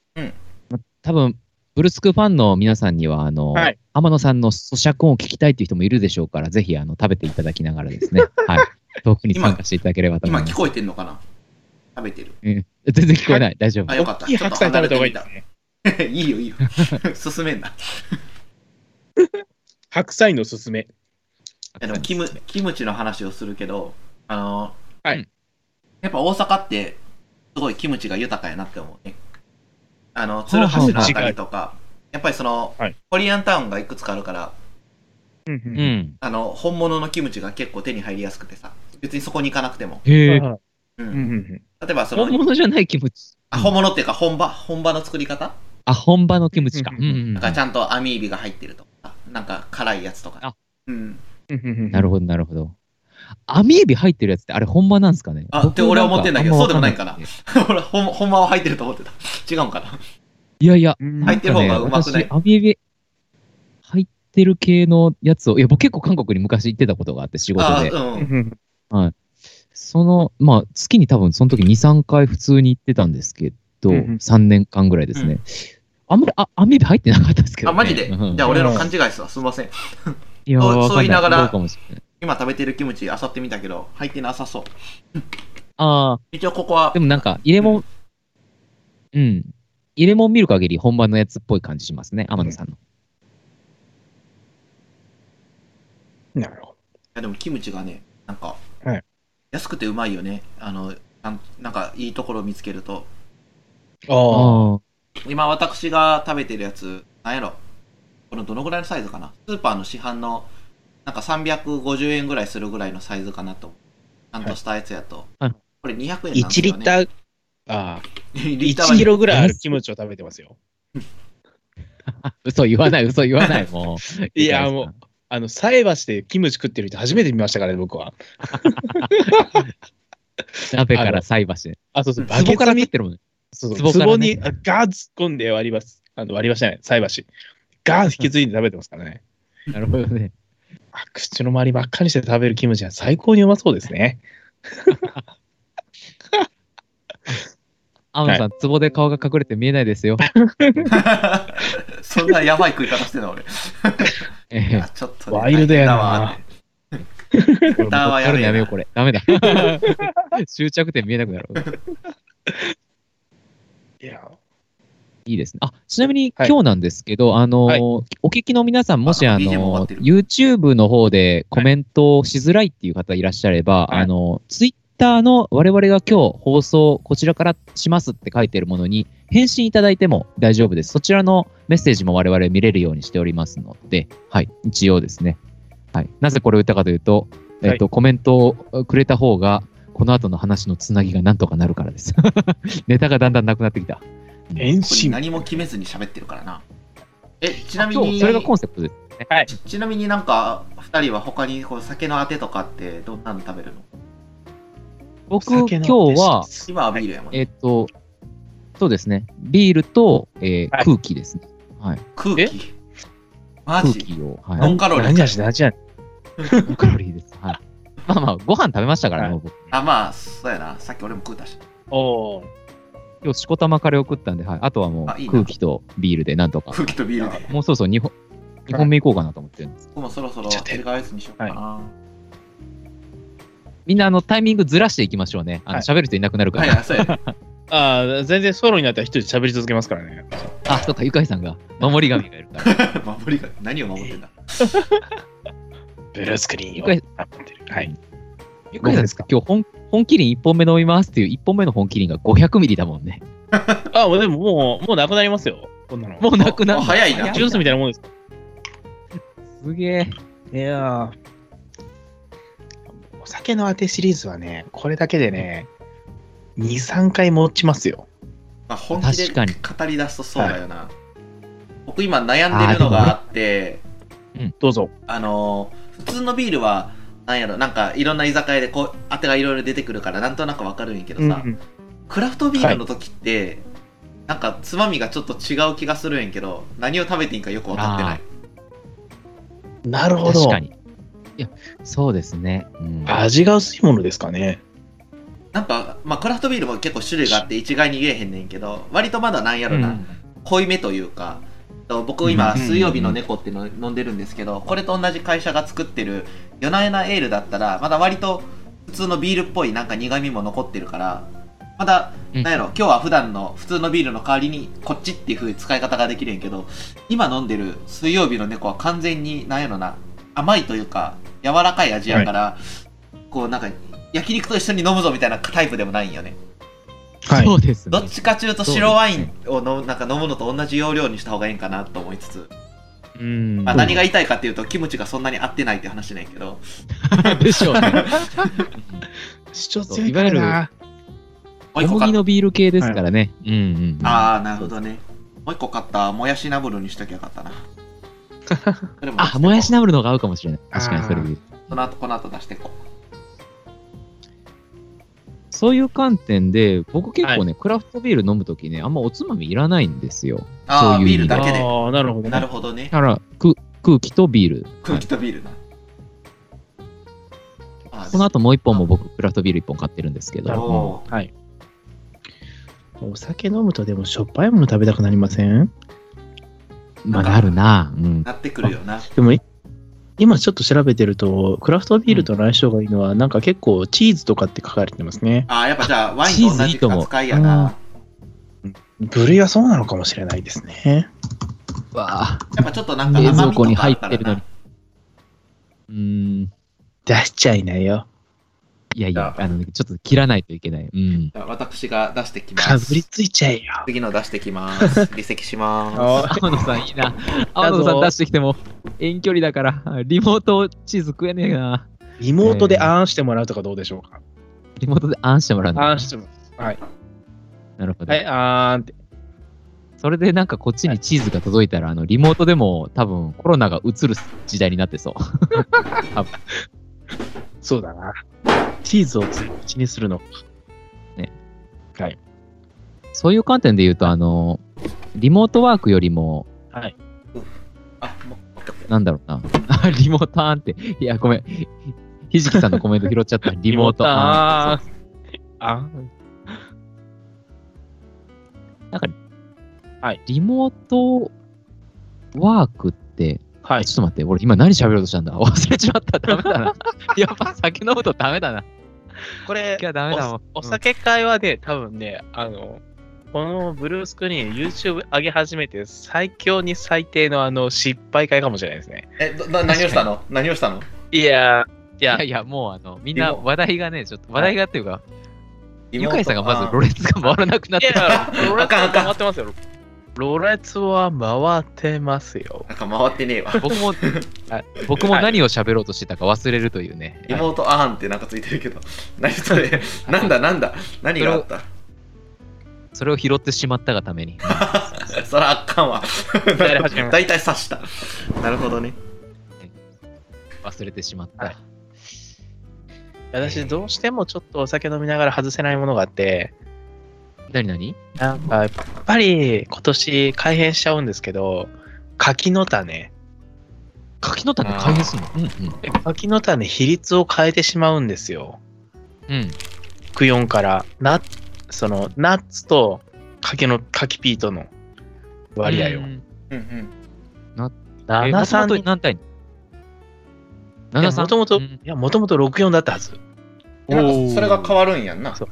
多分、ブルスクファンの皆さんには、あの、
はい
天野さんの咀嚼音を聞きたいっていう人もいるでしょうから、ぜひ、あの、食べていただきながらですね。はい。 遠くに参加していただければ
う
と思
今
いま
聞
す。
こえてんのかな食べてる
うん全然聞こえない。大丈夫
あ。よかった
大きい白菜食べた方がいいですね。
いいよいいよ進めんない
白菜のすすめ。
やでもキムキムチの話をするけどあの、
はい
やっぱ大阪ってすごいキムチが豊かやなって思うねあの
は
鶴
あ
橋のあたりとかやっぱりその、
はい
コリアンタウンがいくつかあるから
うん
う
うん
ん。
あの本物のキムチが結構手に入りやすくてさ別にそこに行かなくても、
へえ。
うん
うんうん
例えばその
本物じゃないキムチ。
あ本物っていうか本場本場の作り方
あ、本場のキムチか。
う
うんん
うん
うん
なん。かちゃんと網入りが入ってるとかなんか辛いやつとか
あ
うん
うんうんうん
なるほど、なるほど。網エビ入ってるやつって、あれ本場なんですかね
あって俺は思ってんだけど
僕ん
そうでもないか
あ
な
んまわんくて
ほらほん本場は入ってると思ってた違うんかない
やいや、
うん
入ってる方がうまくない
私網エビ入ってる系のやつを、いや、僕結構韓国に昔行ってたことがあって、仕事
あ
で。
ー
う
うんん
うん
その、まあ、月に多分その時2、3回普通に行ってたんですけど、
うんうん
3年間ぐらいですね。あんまり、あ、網エビ入ってなかったですけど、
あ
ね。
マジで
うん
じゃあ俺の勘違いですわすいません
いや
そうそう言いながら
わかんいどうかもしれない
今食べてるキムチ漁ってみたけど入ってなさそう
あ
一応ここは
あ、でもなんか、入れ物、うん。入れ物見る限り本場のやつっぽい感じしますね、天野さんの。
なるほ
いやでもキムチがねなんか、
はい
安くてうまいよねあのなんなんかいいところを見つけると
ど。
ああ。
あ
今私が食べてるやつなんやろこのどのぐらいのサイズかなスーパーの市販のなんか350円ぐらいするぐらいのサイズかなとちゃんとしたやつやと、
はい
これ200円
あ。
なんです
1リ
よ、
ッ
ね、
ター、ああ、
1 リッターは
1キロぐらいあるキムチを食べてますよ。
嘘言わない、嘘言わない、もう。
いやもうあの、菜箸でキムチ食ってる人初めて見ましたからね、僕は。
鍋から菜箸で。
あ、そうそう、
バ
バ
ケ
ケ
か
ツ
ら食っ
に、
てるもんね。
そう
壺
そう、
から
壺
ね
にあガーッ突っ込んで割り箸、あの割り箸じゃない、菜箸。ガーッ引き継いで食べてますからね。
なるほどね。
あ口の周りばっかりして食べるキムチは最高にうまそうですね。
アムさん、壺で顔が隠れて見えないですよ。
そんなやばい食い方してんの俺。
ええ
あちょっと、
ワイルドやな
だわ
これ
ダーはや
る
べ
の
えな
やめよう、これ。ダメだ。 終着点見えなくなる。
いや、
いいですね。あ、ちなみに
はい
今日なんですけど、あの、
はい
お聞きの皆さん、もし
あ
あ
BGM 終わ
の、
ってる
YouTube の方でコメントをしづらいっていう方いらっしゃれば、
はい
あの、Twitter の我々が今日放送こちらからしますって書いてるものに返信いただいても大丈夫です。そちらのメッセージも我々見れるようにしておりますので、はい、一応ですね。はい。なぜこれを言ったかというと、えっと、コメントをくれた方が、この後の話のつなぎがなんとかなるからです。 ネタがだんだんなくなってきた。
こ
遠
れ
心。
何も決めずに喋ってるからな。え、ちなみ
そう、
に、
それがコンセプトです。
ちなみになんか、二人は他にこう酒のあてとかってどんなの食べるの
僕、今
酒
日
の
は、
今はビールやもんね。
えっ、と、そうですね、ビールと、えー
はい
空気ですね。はい、
空気。マ
空
ジ
気を、
ノ
は
ンカロリ
何
ー。
味だ、何味だ。
い、カロリーです。はい、まあまあ、ご飯食べましたからね、
は
僕。
あ、まあ、そうやな。さっき俺も食うたし。
おー
今日、しこたまカレーを食ったんで、はい、あとはも
あいいうな
空気とビールでなんとか、
空気とビールで。
もうそろそろ日本日本目行こうかなと思ってるんです。
僕もそろそろ
ちょっと
違うやつにしようかな。
みんな、あの、タイミングずらしていきましょうね。あの、
はい
喋、る人いなくなるか
はい、
ら。
はい、そうやね。
ああ、全然ソロになったら一人で喋り続けますからね。
あ、そっか、ゆかいさんが、守り神がいる から。
守りが、何を守ってんだ。
ブルースクリーンを。
一
はい。
ゆかいさんですか今日本、本麒麟1本目飲みますっていう、1本目の本麒麟が500ミリだもんね。
あ、もうでももう、もうなくなりますよ。こんなの。
もうなくなる
あ
の。
早い な
ジュースみたいなもんです。
すげえ。
いやお酒のあてシリーズはね、これだけでね、2、3回持ちますよ。
まあ、本気で
確かに
語り出すとそうだよな。僕今悩んでるのがあって、
どうぞ。
あのー普通のビールはなんやろなんかいろんな居酒屋でこうあてがいろいろ出てくるからなんとなくわかるんやけどさ、
うん
クラフトビールの時って、なんかつまみがちょっと違う気がするんやけど何を食べていいんかよくわかってない
なるほど。
確かに。いや、そうですね。うん、
味が薄いものですかね。
なんか、まあ、クラフトビールも結構種類があって一概に言えへんねんけど割とまだなんやろな、
うん
濃いめというかと僕
うんう
今
んうんうん
水曜日の猫っての飲んでるんですけどこれと同じ会社が作ってる夜な夜なエールだったらまだ割と普通のビールっぽいなんか苦みも残ってるからまだ
うん
なんやろ今日は普段の普通のビールの代わりにこっちっていう風に使い方ができるんやけど今飲んでる水曜日の猫は完全になんやろな甘いというか柔らかい味やから、こうなんか焼肉と一緒に飲むぞみたいなタイプでもないんよね
はい
そうです
ど
ね
っ。ちかちゅうと白ワインを飲むなんか飲むのと同じ容量にした方がいいんかなと思いつつ、
うん。
まあ、何が言いたいかっていうとキムチがそんなに合ってないって話なんやけど
でしょう ね。
主張
強いからな
もう
小
一個買
麦
っ
のビール系ですからね。うんうん。
ああなるほどねもう一個買ったもやしナムルにしときゃよか ったなそれも出して
あ、
こう
もやしナムルの方が合うかもしれない。確かにそれで言う
その後この後出してこう
そういう観点で、僕結構ね、クラフトビール飲むときね、あんまおつまみいらないんですよ。
あ
そ
あ
ういう意
ビール
味で
だけで
ああ、なるほど。
なるほどね
だから、く空気とビール。
空気とビールな、あー
この後もう一本も僕、クラフトビール一本買ってるんですけ
なる
ど。
おー
はい。お酒飲むとでもしょっぱいもの食べたくなりません
まあ、なるな。うん。
なってくるよな
でもい今ちょっと調べてると、クラフトビールとの相性がいいのは、なんか結構チーズとかって書かれてますね。
ああやっぱじゃあワインと同じ扱いや
チーズいいと思
な
部類はそうなのかもしれないですね。
うわ
やっぱちょっとなんか
冷
甘
蔵
みと
庫に
かあ
入
っ
ったて
ら
るの
な
に。うん。
出しちゃいないよ。
いやいや、あのね、ちょっと切らないといけない。うん。
じゃあ私が出してきま
か
す
ぶりついちゃえよ。
次の出してき ます。離席しま
天野さんいいな。天野さん出してきても遠距離だから、リモートチーズ食えねえな。
リモートであーんしてもらうとかどうでしょうか。
リモートであんしてもらうんだ。
あーんしてもらう。はい。
なるほど、
はい、あーんって。
それでなんかこっちにチーズが届いたら、あの、リモートでも多分コロナが移る時代になってそう。
そうだな。チーズをつい口にするの。
ね。
はい。
そういう観点で言うと、あの、リモートワークよりも、
あ、も
なんだろうな。 あリモーターンって。いや、ごめん。ひじきさんのコメント拾っちゃ った。リモートアーン。
ああ
リモートワークって、
は
あ
い
ちょっと待って、俺今何喋ろうとしたんだ 忘れちまった。ダメだな。 やっぱ酒飲むとダメだな。
これ
いや、ダメだもん。
おお酒会はね、多分ね、あの、このブルースクリーン、YouTube 上げ始めて、最強に最低のあの失敗会かもしれないですね
う。え、どな何をしたの何をしたの
いやー、い
い
や
や、いや、もうあの、みん
リ
な
モ
話題がね、ちょっと話題がっていうか、ゆかいさんがまず
ロ
ロレツが回らなくなっ
いや
て
いや、 ロレ
あ
ツ
かんあ
は
かん
回ってますよ。ロレツは回ってますよ。
なんか回ってねえわ。
僕も
はい、
僕も何を喋ろうとしてたか忘れるというね。
リモートアーンってなんかついてるけど。何それなんだなんだ何があった
それを拾ってしまったがために。
そらあかんわ。
やり始めました
大体刺した。なるほどね。
忘れてしまっ
は
た
い。私、どうしてもちょっとお酒飲みながら外せないものがあって、
何何
なんか、やっぱり今年改変しちゃうんですけど、柿の種。
柿の種開閉するのうんうん。
柿の種、比率を変えてしまうんですよ。
うん。
クヨンから、ナッその、ナッツと柿の、柿ピートの割合を
う。ん
うんうん。
え
7、3
元々
に。
何対
いや
?7、3。
もともと、
う
い
ん
や、もともと64だったはず。
でなんかそれが変わるんやんな
そ。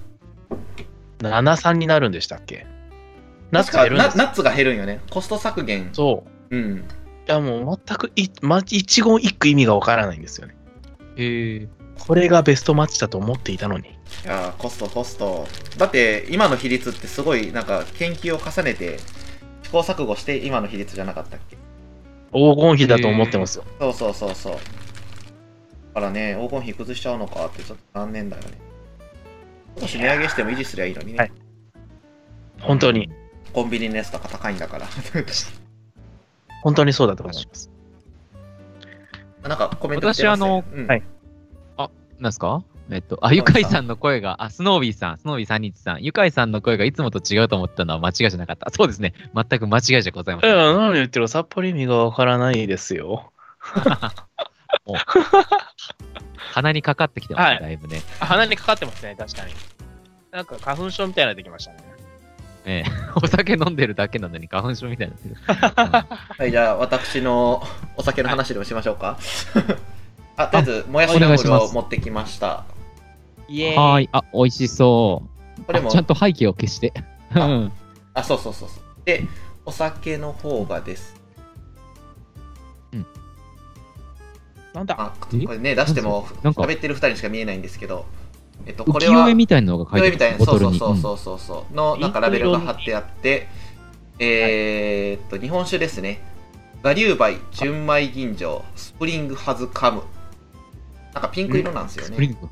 73になるんでしたっけナッ
確
ツ
か
がいるんで
ナ
すよ
ナッツが減るんよね。コスト削減。
そう。
うん。
いやもう全くい、ま、一言一句意味がわからないんですよね。
へえ。
これがベストマッチだと思っていたのに。
いやーコストコスト。だって今の比率ってすごいなんか研究を重ねて試行錯誤して今の比率じゃなかったっけ
黄金比だと思ってますよ。
そうそうそうそう。だからね、黄金比崩しちゃうのかってちょっと残念だよね。少し値上げしても維持すりゃいいのにね。
はい本当に、
コンビニのやつとか高いん だから。
本当にそうだと思います。
なんかコメント来てますね
私あの
うん
はい
なんすかえっと、あ、ゆかいさんの声が、あ、スノービーさん、スノービーさんにちさん、ゆかいさんの声がいつもと違うと思ったのは間違いじゃなかった。そうですね。全く間違いじゃございま
え
せん。
何言ってるさっぱり意味がわからないですよ。
鼻にかかってきてます
は
ね、
い
だいぶね。
鼻にかかってますね、確かに。なんか花粉症みたいになってきましたね。
ええお酒飲んでるだけなのに花粉症みたいになってる。 うん
はい、じゃあ私のお酒の話でもしましょうか。 あ、とりあえず、もやし
お願
の
いし
ル
ます
を持ってきました。
イエ
は
ー
ー
イ。
い。あ、美味しそう。
これも
あちゃんと背景を消して。うん。
あ、そうそうそうそう。で、お酒の方がです。
なんだ
あ、
え
これね、出しても
なんか
喋ってる2人にしか見えないんですけど、えっと、これは
浮世絵みたいなのが書い
み
て
た
あ
い
る、
な、
ボト
そう
ル
そう
に。
そう
うん
そうそうそう、のなんかラベルが貼ってあって、えーっと、日本酒ですね。我流梅純米吟醸スプリングハズカム。なんかピンク色なんですよ
スプリ
ね、
ング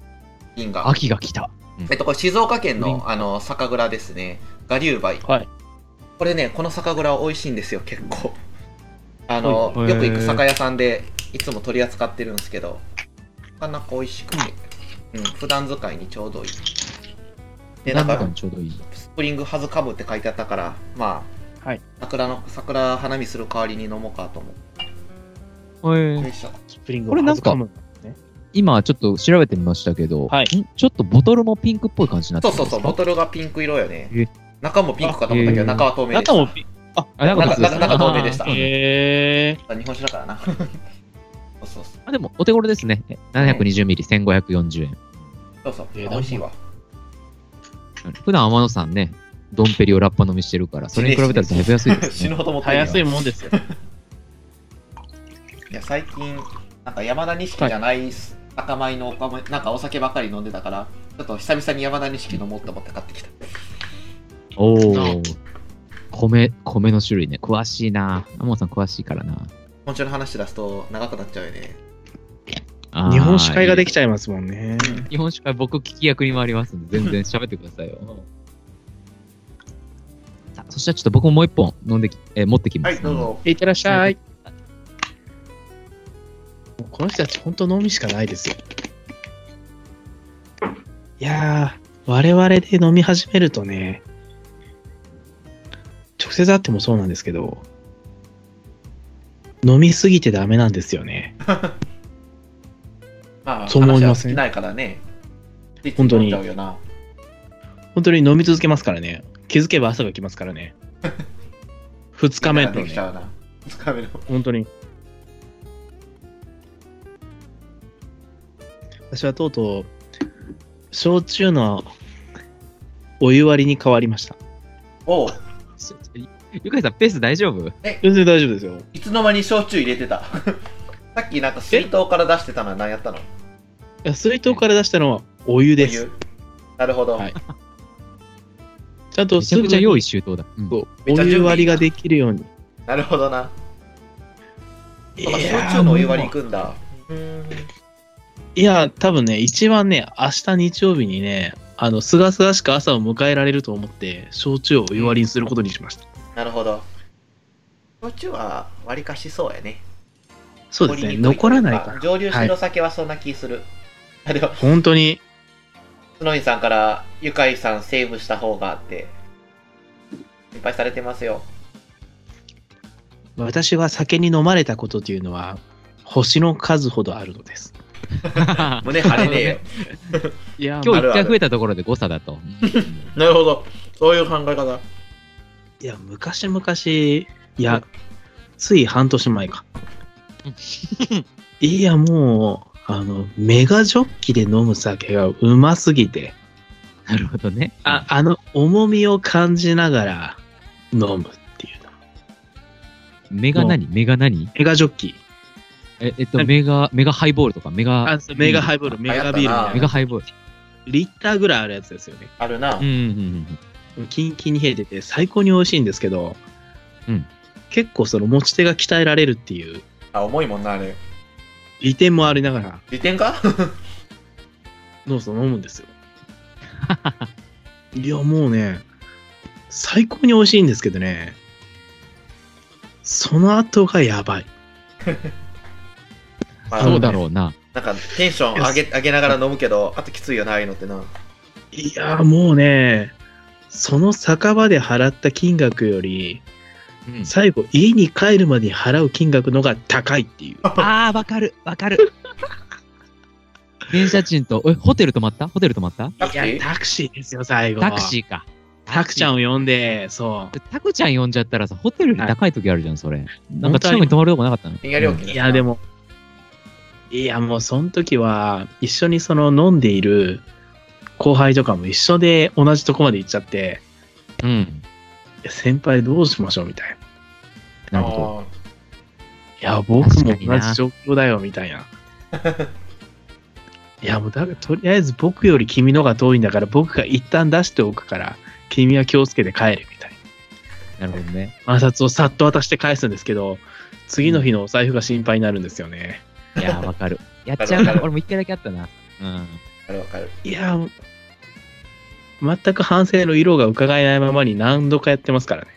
銀が。
秋が来た。
えっと、これ静岡県
プリン
のあの酒蔵ですね、我流梅。
はい
これね、この酒蔵は美味しいんですよ、結構。あの、
はい
よく行く酒屋さんでいつも取り扱ってるんですけど、なかなか美味しくて、うん、普段使いにちょうどいい。で、なん
なん
か
か、ちょうどいい。
スプリングハズカブって書いてあったから、まあ、
はい
桜の桜花見する代わりに飲もうかと思って。
え
よ
え
いしょ
スプリング
これなんか
はずむ
今ちょっと調べてみましたけど、
はい
んちょっとボトルもピンクっぽい感じになって
そう
るんです
そうそ
か
う、ボトルがピンク色よ
え
ね。中もピンクかと思ったけど、
あ
中は透明でした。
中もピあ、
あなんか
中中中透明でした
あーそうね
えー。
日本酒だからな。そうそうそう。
あでも、お手頃ですね。720ミリ、1540円。
そうそう、
えー
美味しいわ。
普段天野さんね、ドンペリをラッパ飲みしてるから、それに比べたらだいぶ安いです
死
ね
ぬ。ほど持って
た
るよ
やすいもんですよ。
いや、最近、なんか山田錦じゃない酒米のおかめ、なんかお酒ばっかり飲んでたから、ちょっと久々に山田錦飲もうと思って買ってきた。
おお。米、米の種類ね。詳しいな。天野さん詳しいからな。
本当の話出すと長くなっちゃうよね。
あー
日本酒会ができちゃいますもんね。
日本酒会僕聞き役に回りますんで、全然喋ってくださいよ。さあそしたらちょっと僕ももう一本飲んでき、えー持ってきま
は
す。
い、どうぞ。
いってらっしゃい。もうこの人たち本当飲みしかないですよ。いやー、我々で飲み始めるとね、直接会ってもそうなんですけど、飲みすぎてダメなんですよね。
まあ、
そう思いますね
話は尽きないからね。
本当に
ついつい飲んじゃうよな。
本当に飲み続けますからね。気づけば朝が来ますか らね。二日目の
できち
ね、
ゃうな。つかめの。
本当に。私はとうとう、焼酎のお湯割りに変わりました。
おう
ゆかいさん、ペース大丈夫
全然大丈夫ですよ。
いつの間に焼酎入れてた。 さっきなんか水筒から出してたのは何やったの
いや水筒から出したのはお湯です。
お湯なるほど。
はいちゃんと
めち
す
ゃ
ぐ
くちゃ
に
用意周到だ。 うん
そう
めっ
お
ちゃ準備
湯割りができるように。
なるほどな。
い
そうか、
やー
焼酎のお湯割り行くんだ。うーん
いや、多分ね、一番ね、明日日曜日にね、あの、すがすがしく朝を迎えられると思って、焼酎をお湯割りにすることにしました。
なるほど。焼酎は割りかしそうやね。
そうですね、
りにくとう
残らないから。
蒸留酒の酒はそんな気する。あでも、
本当に、
スノイさんから、ゆかいさんセーブした方があって、心配されてますよ。
私は酒に飲まれたことというのは、星の数ほどあるのです。
胸張れねえ よ。
いや、
今
あ
日
る
一
ある
回増えたところで誤差だ と。
なるほど。そういう考え方。
いや、昔々、いや、つい半年前 か。いや、もう、あの、メガジョッキで飲む酒がうますぎて、
なるほどね。
あ、あの重みを感じながら飲むっていうの。
メガ何メガ何
メガジョッキ。
ええっと、メガ、メガハイボールとか、メガ、
あ、そうメガハイボール、メガビールみたいな。
メガハイボール。
リッターぐらいあるやつですよね。
あるな。
うんうんうん
キンキンに冷えてて最高に美味しいんですけど、
うん
結構その持ち手が鍛えられるっていう
あ、重いもんな、あれ。
利点もありながら、
利点 か
どうぞ飲むんですよ。いや、もうね、最高に美味しいんですけどね、その後がやばい。
うん。
まあ
そうだろうな。
なんか、テンション上げ上げながら飲むけど、あときついよな、ああいうのってな。
いやーもうね、その酒場で払った金額より、
うん
最後家に帰るまでに払う金額のが高いっていう。
あー、わかる、わかる。電車賃と、え、ホテル泊まったホテル泊まった
タク
い
シ
や
ー、
タクシーですよ、最後。
タクシーか。
タクちゃ
ん。
んを呼んで、そ
タクちゃん呼んじゃったらさ、ホテルより高い時あるじゃん、それ。
う。
なんか近くに泊まるとこなかったの
深夜料金
いや、でも、いや、もうその時は、一緒にその飲んでいる後輩とかも一緒で同じとこまで行っちゃって、
うん。
いや先輩どうしましょうみたいな。
なるほ
あー
いや、僕も同
確かにな
じ状況だよみたいな。いや、もうだからとりあえず僕より君のが遠いんだから、僕が一旦出しておくから、君は気をつけて帰るみたいな。
ど。なるほどね。
摩擦をさっと渡して返すんですけど、次の日のお財布が心配になるんですよね。
いやー、わかる。やっちゃう
わかるわ
な
か。る
俺も一回だけあったな。うん。
わかるわかる。
いや、全く反省の色が伺えないままに何度かやってますからね。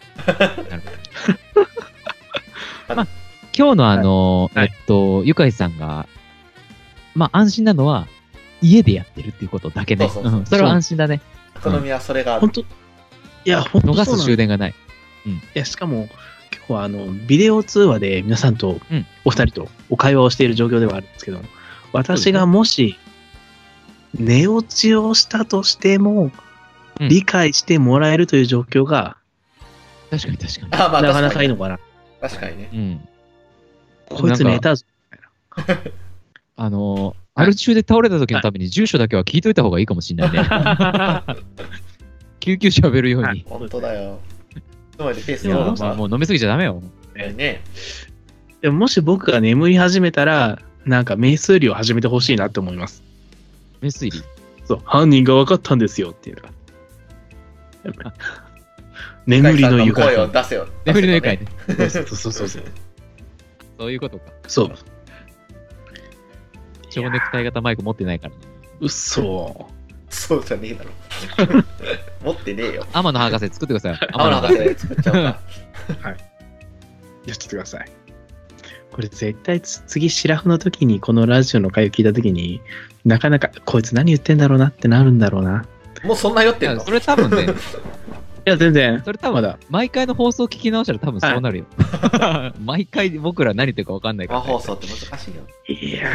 今日のあの、
はいは
え
い
っと、ゆかいさんが、まあ安心なのは、家でやってるっていうことだけね。
そうそうそうん
それは安心だね。
お好みはそれがある
本。当いや、本当
逃
そう
す
なんで
終電がない。
いや、しかも、結構あの、ビデオ通話で皆さんと
うん、
お二人とお会話をしている状況ではあるんですけど、私がもし、寝落ちをしたとしても、
うん
理解してもらえるという状況が、
確かに確か
あ、まあ、
なかな
確
か
か
いい
に
のかな。
確かにね。
に。うん。
こいつ寝たぞ。
あの、アル中で倒れた時のために住所だけは聞いといた方がいいかもしれないね。救急車呼べるよう
は
に
い。
本当だよ。つまりペース
い
が
や
まあ
まあもう飲みすぎちゃダメよ。
ね。
でももし僕が眠り始めたら、なんか名推理を始めてほしいなって思います。
目推理。
そう、犯人が分かったんですよっていうのが。やっぱり眠りの床。
声を出せよ。
眠りの愉
出せ
快
よね
ね。
そうそうそうそう。
そういうことか。
そう。
蝶ネクタイ型マイク持ってないからね。
うそ。
そうじゃねえだろ。持ってねえ よ。
天野博士作ってください。
天野博士作っちゃおう か。
やっちゃってください。これ絶対つ次、シラフの時に、このラジオの回を聞いた時に、なかなか、こいつ何言ってんだろうなってなるんだろうな。
もうそんな酔って
い
ん
や
の
それ多分ね、
や、全然。
それ多分、
まだ。
毎回の放送聞き直したら多分そうな るよ。毎回僕ら何言ってるか分かんないから、
和
ね。
放送って難しいよ。
いや
ね、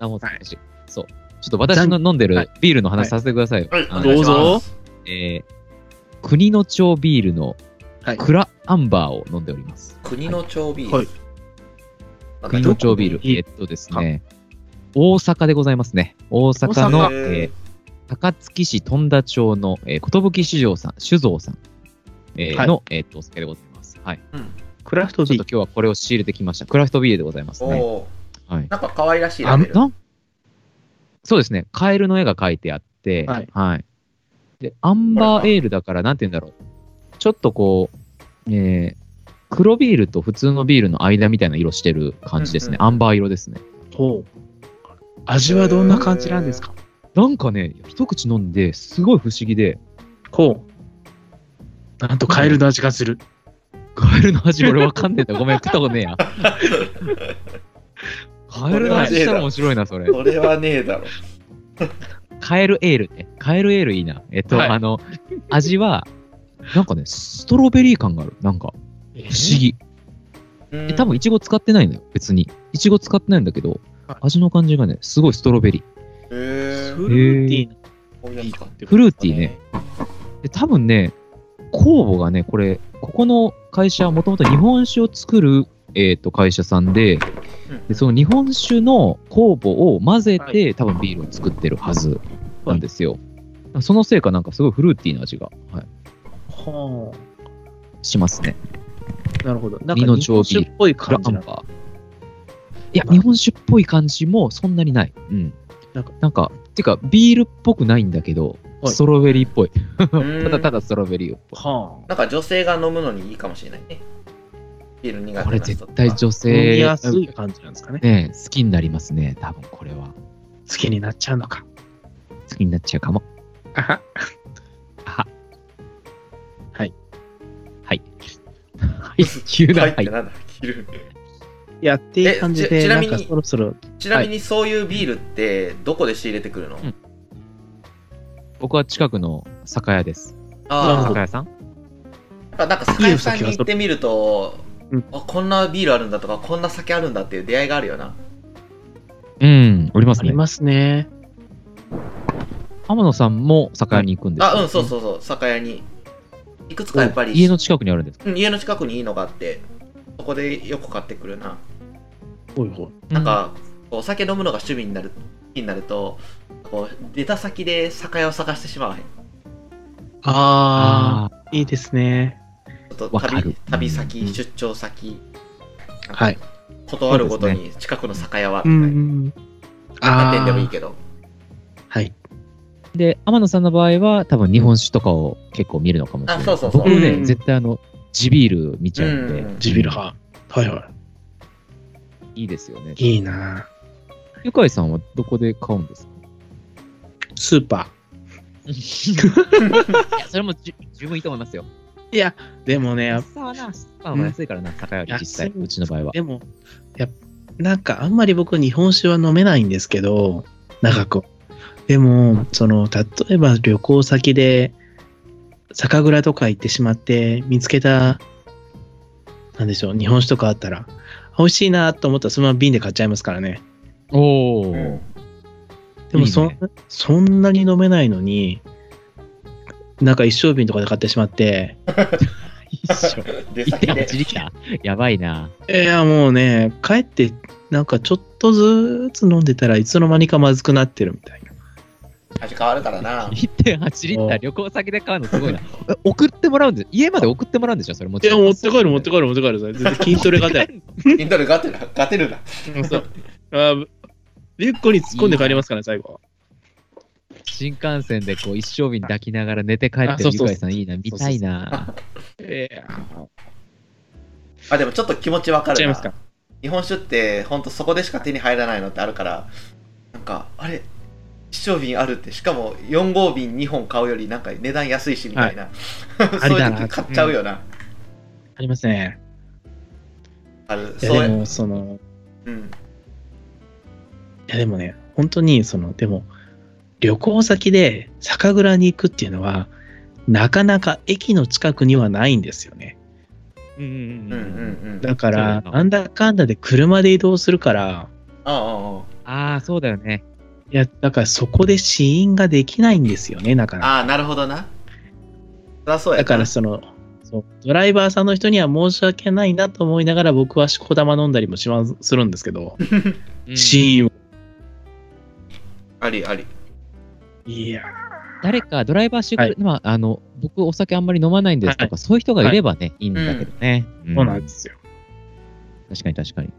あもう少しそう。ちょっと私の飲んで
は
る
い
ビールの話させてくださいよ。
はい、
あの
どうぞ
お願いします。
えー国の町ビールの
はい
クラアンバーを飲んでおります。
国の調ビール。
はい
なんか
国の町ビール。
いい
えーっとですね、大阪でございますね。大阪の
大、
阪
えー高槻市富田町の、えー、寿酒造さん、酒造さん、えー
はい
の、えーっと、お酒でございます。はい。
うん
クラフト
ちょっと
ビ
今日はこれを仕入れてきました。クラフトビールでございます
お
ね。
お
はい
ー。。なんか可愛らしい
あ
ラ
ん
ベル。
なそうですね、カエルの絵が描いてあって、
は
はいい。で、アンバーエールだから、なんて言うんだろう。ちょっとこう、えー、黒ビールと普通のビールの間みたいな色してる感じですね。
うんうん
アンバー色ですね。
ー。ほう。味はどんな感じなんですか
なんかね、一口飲んで、すごい不思議で、
ほう。なんとカエルの味がする。
カエルの味俺わかんねえんだ。ごめん、食ったこと ねえや。カエルの味したら面白いな、それ。
それはねえだろ。
カエルエールね。カエルエールいいな。えっと、
はい
あの、味は、なんかね、ストロベリー感がある。なんか、不
不
思。議。え、多分、イチゴ使ってないのよ、別に。イチゴ使ってないんだけど
はい、
味の感じがね、すごいストロベリ
へえ
フルーティーなビール
ー
っ。て
ー。フ
ル
ルーティーね。。で、多分ね、酵母がね、これ、ここの会社はもともと日本酒を作る、えっと、会社さんで、でその日本酒の酵母を混ぜて、
は
多分ビールを作ってるはずなんですよ。そのせいかなんかすごいフルーティーな味が、はい、
ほ
しますね。
う。なるほど。なん
身
か
の
日
常
本
備
酒っぽい
クラ
感
ア
じ
ン
な
バー。
の
いや、日本酒っぽい感じもそんなにない。うん。なん
な
ん
か
か、なんかてか、ビールっぽくないんだけど、
はい
ストロベリーっぽい。
ん
ただただストロベリーっぽ
は
なんか女性が飲むのにいいかもしれないね。ビール苦手
い。
な
これ絶対
性。
女
あ。飲み
性、
やすい感じなんですかね。
ね、好きになりますね。多分これは。
好きになっちゃうのか。
好きになっちゃうかも。
あは
は。
はい。
はい。はい。急な、は
入って
い。
なんだ切る
やっていう感じ
えち
で、
ちな
な
み
ん
に
かそろそろ、
ちなみにそういうビールってどこで仕入れてくるの、
ん僕は近くの酒屋です。
なるほ
あ
ど
酒屋さん
あなんか酒屋さんに行ってみると
うん
あこんなビールあるんだとかこんな酒あるんだっていう出会いがあるよな
うん、おりま
あ
す
り
ね。
ますね。
天野さんも酒屋に行くんですよ
あうんそうそうそう酒屋にいくつかやっぱり
家の近くにあるんですか
うん家の近くにいいのがあってそこでよく買ってくるな
ほいほい。
なん、かこうお酒飲むのが趣味になる好きになるとこう出た先で酒屋を探してしまわへん
あ
ああ、
あ、いいですね。
ちょっと
わか
旅
る
旅
う
先、
ん
出張先、
はい。
断るごとに近くの酒屋は、
うんう
み
ん。
たいな
あ
店でもいい
あ、
けど、
はい。
で、天野さんの場合は、多分日本酒とかを結構見るのかもしれない。
あそうそうそう
僕ね、
うん
絶対あの、地ビール見ちゃうんで、
うん
ジビル派。はいはい
いですよね。
い。いいな
ゆかいさんはどこで買うんですか
スーパ
いや、それもじ十分いいと思いますよ。
ー。いや、でもね、
安さはな、スーパーも安いからな、高いより実際、
安いう
ちの場合は。
でも、やっなんかあんまり僕日本酒は飲めないんですけど、長く。でも、その、例えば旅行先で、酒蔵とか行ってしまって、見つけた、なんでしょう、日本酒とかあったら、美味しいなと思ったらそのまま瓶で買っちゃいますからね。
おお、
うん
でもそ
い
ん
いね
そんなに飲めないのに、なんか一升瓶とかで買ってし まって、
一緒。
出先で
1.8リッターやばいな。
いやもうね、帰ってなんかちょっとずつ飲んでたらいつの間にかまずくなってるみたいな。
味変わるからな。
1.8リッター旅行先で買うのすごいな。え送ってもらうんです。家まで送ってもらうんでしょそれも
い
ち
や、
ろん。
持って帰る、持って帰る、持って帰る。それ全然筋トレがて
帰る
インドルガテル、ガテルだ。
ら。 そうあリュッコに突っ込んで帰りますから、最後。
新幹線でこう一生瓶抱きながら寝て帰
あ
って
そう
る
そ
ゆ
う
かいさんいいな、見たいな。
ええー、
あ、でもちょっと気持ちわか
買っちゃい
る
ますか
な。。日本酒って、ほんとそこでしか手に入らないのってあるから、なんか、あれ、一升瓶あるって、しかも4号瓶2本買うより、なんか値段安いしみたいな。
あり
そうい
だ
う
な
時買っちゃうよな。
ありますね。
ある。
い
そう
や、
や
で。も、その、
うん。
いやでもね、本当に、その、でも、旅行先で酒蔵に行くっていうのは、なかなか駅の近くにはないんですよね。
うんうん
うん
う
うんん
うん。
うん。
だから、
そうだな
なんだかんだで車で移動するから、
あああ
ああ、そうだよね。
いや、だからそこで死因ができないんですよね、なかなか。
あああ、なるほどな。だそうやな
だからその、そうドライバーさんの人には申し訳ないなと思いながら僕はしこ玉飲んだりもしますするんですけど、
うん
死因を。
ありあり。
いや、
誰かドライバーしてくれ、
はい
まあ、あの、僕お酒あんまり飲まないんですとか、
は
そういう人がいればね、い、いんだけどね。
そうなんですよ。
確かに確かに。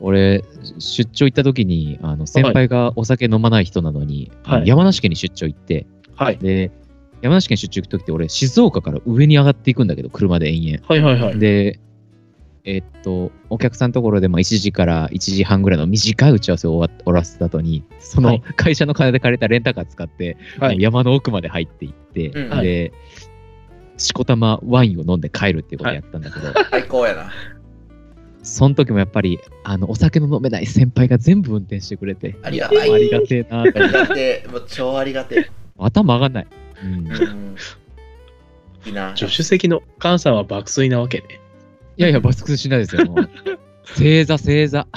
俺、出張行った時に、あの、先輩がお酒飲まない人なのに、
はい
あの山梨県に出張行って、
はい。
で、山梨県出張行く時って俺、静岡から上に上がっていくんだけど、車で延
はいはいはい
々。。で、えっと、お客さんのところで、まあ、1時から1時半ぐらいの短い打ち合わせを終わ終わらせた後に、そ
は
の
い
会社の金で借りたレンタカー使って、
はい
山の奥まで入っていって、
うん
はい
で、しこたまワインを飲んで帰るっていうことをやったんだけど、
最高 やな。
その時もやっぱり、あの、お酒の飲めない先輩が全部運転してくれて、
ありがたい
ありがてえなーって
ありがてえ、もう超ありがて
頭上がんない。うん、い
え。うん。いいな。
助手席のお母さんは爆睡なわけで。
やいや、バスクしないですよ、もう。正座、正座。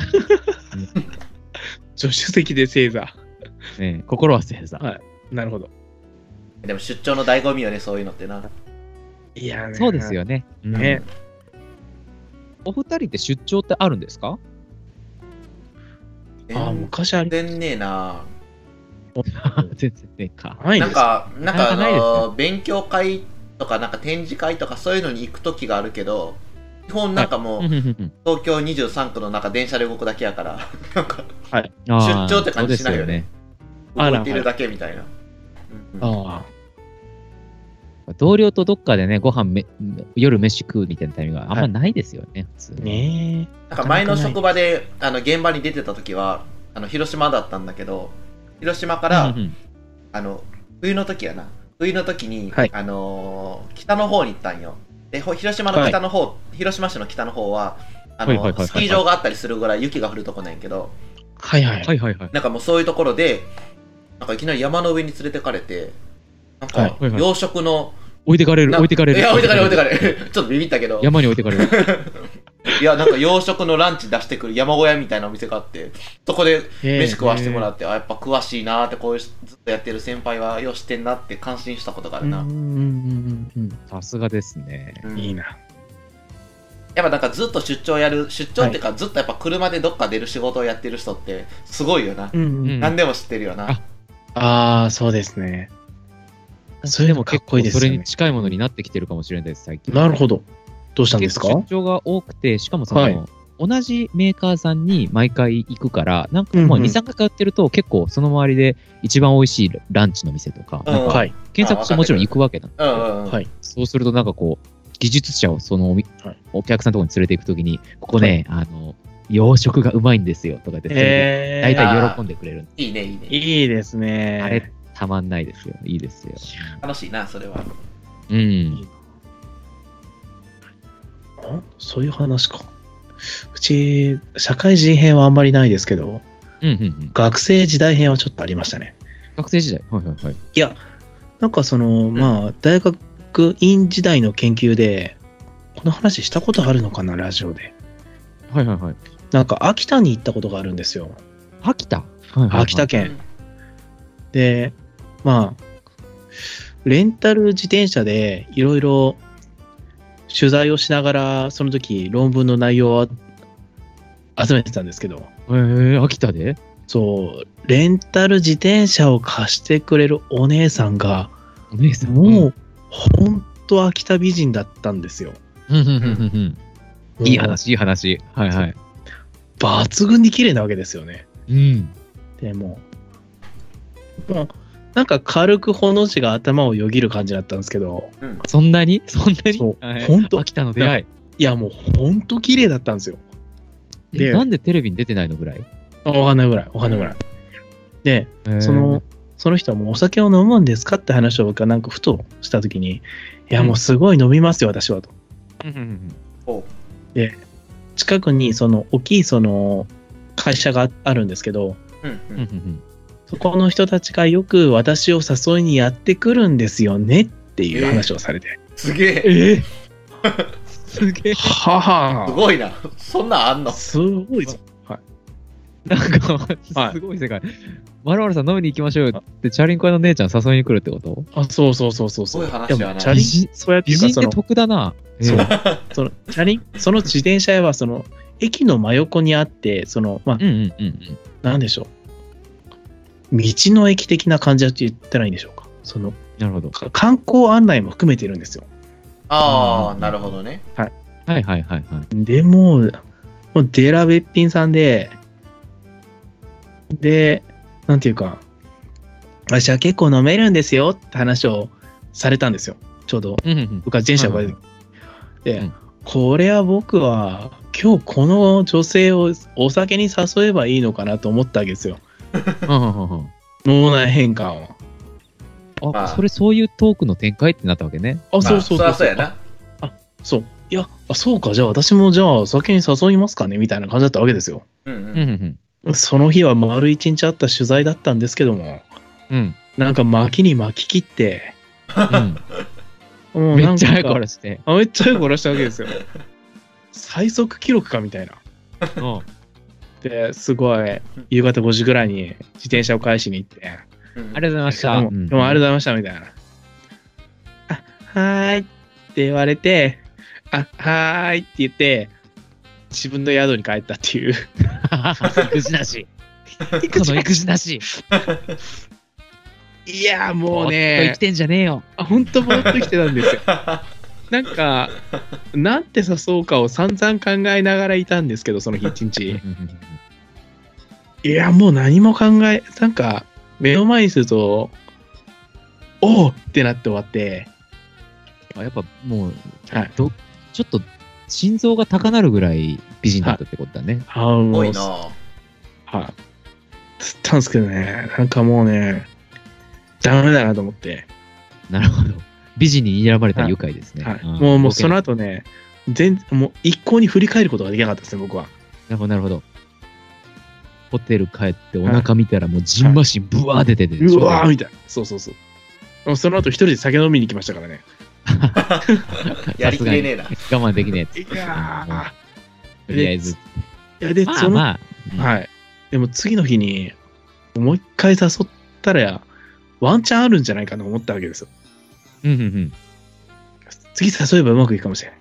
助手席で正座。
ねえ、心は正座。
はい。なるほど。
でも出張の醍醐味よね、そういうのってな。
いや
そうです。よね。
ね、
お二人って出張ってあるんです か
ああ、昔あり
全然ねえな。
全然ねか。
ないん
な
で
ん
すか
か、な
な
んかあ
かなかないです
の、勉強会とか、なんか展示会とかそういうのに行くときがあるけど、基本なんかもう、東京23区の中電車で動くだけやから、なんか、
あー
出張って感じしないよね。
あら
動いてるだけみたいな。うんうん
そうですよ
あ
ね同僚とどっかでね、ご飯め夜飯食うみたいなタイミングがあんまないですよね、普通
あ。。ねえ。
なんか前の職場で、あの、現場に出てたときは、あの、広島だったんだけど、広島から、
うんうん
あの、冬の時やな。冬の時に、
はい
あのー北の方に行ったんよ。で、ほ広島の北の方、広島市の北の方は、あの、
はいはいはいはいはい
スキー場があったりするぐらい雪が降るとこなんやけど、
はいはい。
はいはいはい。
なんかもうそういうところで、なんかいきなり山の上に連れてかれて、なん
はい
か
はいはい
養殖の、
置いてかれる、
な
置いてかれる。
いや、置いてかれる、置いてかれる。 ちょっとビビったけど、
山に置いてかれる。
いや、なんか養殖のランチ出してくる山小屋みたいなお店があって、そこで飯食わしてもら
う。
って、あ、やっぱ詳しいなーって、こういうずっとやってる先輩はよう知ってんなって感心したことがあ
う
る
ん
な。
うんうんうん
さすがですね。
うん。いいな。
やっぱなんかずっと出張やる出張っていうかずっとやっぱ車でどっか出る仕事をやってる人ってすごいよな、
うんうん
うん
何でも知ってるよな、
あ
ああ、そうですね。それでもかっこいいです
それ
よね
に。近いものになってきてるかもしれないです、最近。
なるほど。どうしたんですか
結構出張が多くて、しかもその、
はい
同じメーカーさんに毎回行くから、なんかもう
うんうん
2、3回通ってると、結構その周りで一番美味しいランチの店とか、
うん
なんか
はい。
検索してもちろん行くわけなんだけ
う
ど
んうんうん、
はい
そうするとなんかこう、技術者をそのお,、
はい
お客さんのところに連れて行くときに、ここね、あの、洋食がうまいんですよとかで、
え
大
ー、
体喜んでくれるんで
いいねいいね
いいですね。
あれたまんないですよ。いいですよ。
楽しいなそれは
うん。
あそういう話か。うち、社会人編はあんまりないですけど、
うんうんうん。
学生時代編はちょっとありましたね。
学生時代。はいはいはい。
いや、なんかその、まあ、大学院時代の研究で、この話したことあるのかな、ラジオで。
はいはいはい。
なんか、秋田に行ったことがあるんですよ。
秋田はいはいはい
秋田
う
県
ん。
で、まあ、レンタル自転車でいろいろ取材をしながら、その時論文の内容を集めてたんですけど、
えー、秋田で
そう、レンタル自転車を貸してくれるお姉さんが、
お姉さん。
もう、ほんと秋田美人だったんですよ。
うん、うん、うん、うん、うん。いい話、いい話。はいはい。
もう。抜群に綺麗なわけですよね。
うん。
でもう、もう、なんか軽くほの字が頭をよぎる感じだったんですけど、
そんなにそんなに
そう
はい
ほんと
秋田の出会
いやもうほんと綺麗だったんですよ。
い。
で
えなんでテレビに出てないのぐらい
あお花ぐらい、お花ぐらい。で、その、、その人はもうお酒を飲むんですかって話を僕はなんかふとしたときに、いやもうすごい飲みますよ、私はと。
えーうんうん
おう
近くにその大きいその会社があるんですけど、
うんう
うんう
ん
んうん
そこの人たちがよく私を誘いにやってくるんですよねっっていう話をされて。
すげえ
ええすげえ。
は
す
は
ごいな。そんなんあんの
すごいぞ。
なんか、
はい
すごい世界。まるまるさん飲みに行きましょうよって、チャリンコ屋の姉ちゃん誘いに来るってこと
あ、そうそうそうそう
すご
そう。
い話やな
でもチャリ
美人
ン、そうやって
美
いうか
人
そ
で
の、
得だな。
そう
ええ
そのチャリン、その自転車屋はその、駅の真横にあって、その、まあ、
うんうんうんうん。
なんでしょう。道の駅的な感じだって言ったらいいんでしょうか。その、
なるほど。
か観光案内も含めてるんですよ。
ああ、なるほどね。
はいはいはいはい。
でもう、もうデラべっぴんさんで、で、なんていうか、私は結構飲めるんですよって話をされたんですよ。ちょうど、
うんうん
僕は前者が
うんうん
で、
うん
これは僕は、今日この女性をお酒に誘えばいいのかなと思ったわけですよ。
うんうんうんうん。
脳内変換を。
ま
あ、
あ
それそういうトークの展開ってなったわけね。
あ、そうそうそう
そりゃそうやな。
そう。いや、あそうか、じゃあ私もじゃあお酒に誘いますかねみたいな感じだったわけですよ。
うんう。
うんうんん
その日は丸一日あった取材だったんですけども、
うん。うん
なんか巻きに巻き切って、もう
め
な
っ
ん
ち
か
ゃ早くらして。
あめっちゃ早く終わらしたわけですよ。最速記録かみたいな。
うん
で、すごい、夕方5時ぐらいに自転車を返しに行って、
ありがとうございました。
でも、
うん
でもありがとうございましたみたいな。あ、はーいって言われて、あ、はーいって言って、自分の宿に帰ったっていう。
育児なし。この育児なし。
いやーもう
ぼーっと生
ね
き、てんじゃねえよ。
あほんとぼーっと来てたんですよ。 なんか、なんて誘うかを散々考えながらいたんですけど、その日一日。 いや、もう何も考え、なんか、目の前にすると、おうってなって終わって、
あやっぱもう、
はい
どちょっと心臓が高鳴るぐらい美人だったってことだね。
あー
す
も
ご
う
いな。
はい。つったんですけどね、なんかもうね、ダメだなと思って、
なるほど。美人に選ばれた愉快ですね。
はい、
ん
もうもうその後ね、全もう一向に振り返ることができなかったですね、僕は。
なるほど、なるほど。ホテル帰ってお腹見たらもうジンマシンブワー出てて。
うわーみたいな。そうそうそう。もうその後一人で酒飲みに行きましたからね。
やりきれねえな。
我慢できねえっつっ
い
て
やー
とりあえず。
いやで、
まあ
その、
まあ。い。
はい。でも次の日に、もう一回誘ったら、ワンチャンあるんじゃないかと思ったわけですよ。
うんうん
次誘えばうまくいくかもしれない。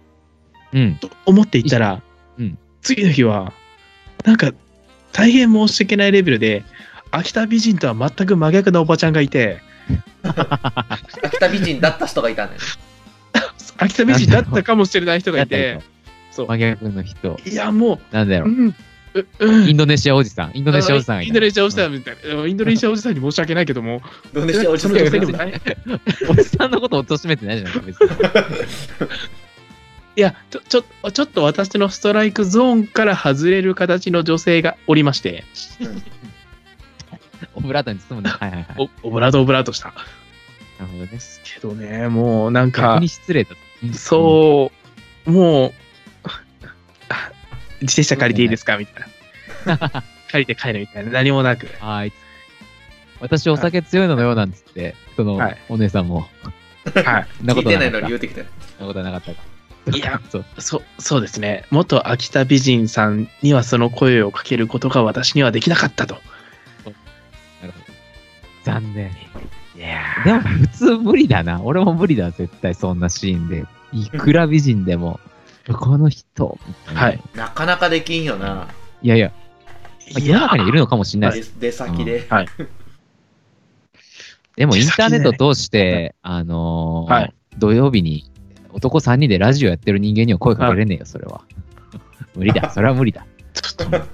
うん。うん。
と思っていったら、
うん
次の日は、なんか、大変申し訳ないレベルで、秋田美人とは全く真逆なおばちゃんがいて、
秋田美人だった人がいたね。
秋田美人だったかもしれない人がいて、そう
真逆の人。
いや、も
なんだ
う、
ろ
う
う。
ん、ううん
インドネシアおじさん。インドネシアおじさんがい
イ
た
ンドネシアおじさんみたいな、インドネシアおじさんに申し訳ないけども、
どうでしょう、
そ
そ
の
の
女
女
性
性
に
にも。
も大変、
おじさんのことを貶めてないじゃないか、別に。
いやちょちょ、ちょっと私のストライクゾーンから外れる形の女性がおりまして、
オブラートに包むね。はいはいはい。
おオブラートオブラートした。
なるほどね。
けどね、もうなんか
逆に、失礼だ。
そう、もう、あ自転車借りていいですかみたいな。借りて帰るみたいな。何もなく。
うん。はーい。私お酒強いのよなんつって、その
はい、
お姉さんも。
は
そんな
聞
こ
い
と
て
なかっ
な
た
いのに言うてきたよ。
そんなことなかったか。
い。いや、
そう。
そ、そうですね。元秋田美人さんにはその声をかけることが私にはできなかったと。
なるほど。残念。
いや
でも普通無理だな。俺も無理だ、絶対そんなシーンで。いくら美人でも、この人。みたな
はい。
なかなかできんよな。
いやいや、まあ世の中にいるのかもしれない
出
です。
出先で。
でもインターネットを通して、あのー
はい
土曜日に男3人でラジオやってる人間には声かけれねえよ、それは。 無理だ、それは無理だ。
ちょっと、ちょっ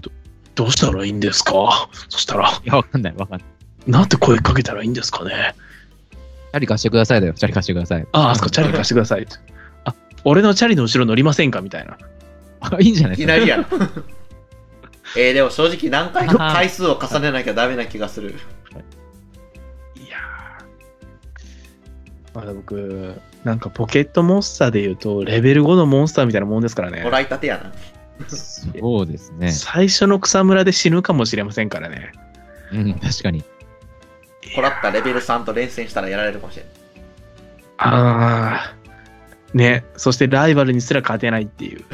と、どうしたらいいんですかそしたら、
いや、わかんない、わかんない。
なんて声かけたらいいんですかね
チャリ貸してくださいだよ、チャリ貸してください。
あ、あそこチャリ貸してください。あ、俺のチャリの後ろ乗りませんかみたいな。
あいいんじゃないです
いき
か。
なりや ん。えー、でも正直何回か
あは
回数を重ねなきゃダメな気がする。
いやーまだ僕、なんかポケットモンスターで言うと、レベル5のモンスターみたいなもんですから
も
ね。
らいたてやな。
そうですね。
最初の草むらで死ぬかもしれませんからね。
うん、確かに。
こらったレベル3と連戦したらやられるかもしれん。
ああ。ね、そしてライバルにすら勝てないっていう。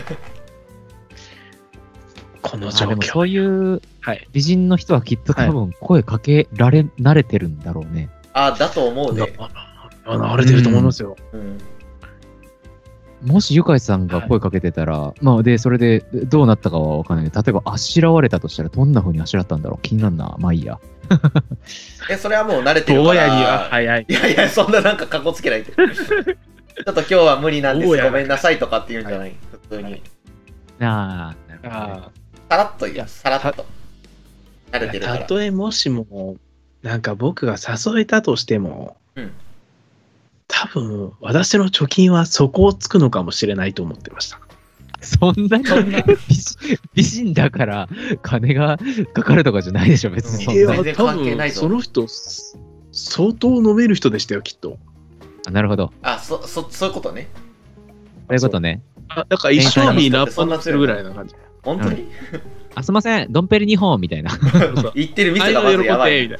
この状
あでも
況。
そういう
はい。
美人の人はきっと
はい
多分声かけられ、慣れてるんだろうね。
あ、だと思うで。
ああ慣れてると思いますよ。
うん。
もしゆかいさんが声かけてたら、まあで、それでどうなったかはわかんないけど、例えばあしらわれたとしたらどんな風にあしらったんだろう気になんな。まあいいや。
え、それはもう慣れてるから。
坊やには早い。
いやいや、そんななんかかっこつけ ないで。ちょっと今日は無理なんです。
坊や
ごめんなさいとかって言うんじゃない普通に。
ああ、なるほどね。
あ
さらっと言う。さらっと。慣れてるか
た
ら。
とえもしも、なんか僕が誘えたとしても、
うん
多分私の貯金は底をつくのかもしれないと思ってました。
そんなに
そんな
美人美人だから金がかかるとかじゃないでしょ、別にそ
い
ん
や
なに。
全然関係ないぞ
その人、す相当飲める人でしたよ、きっと。
あなるほど。
あ、そ、そ、そういうことね。
そういうことね。
あだから一生にラッパ乗せるぐらいな感じ。
本当に、
あ、すいません。ドンペリ2本みたいな。
言ってる
あ
店
い
がま
の
ず
喜んでみ
やば
たい
い。
な。い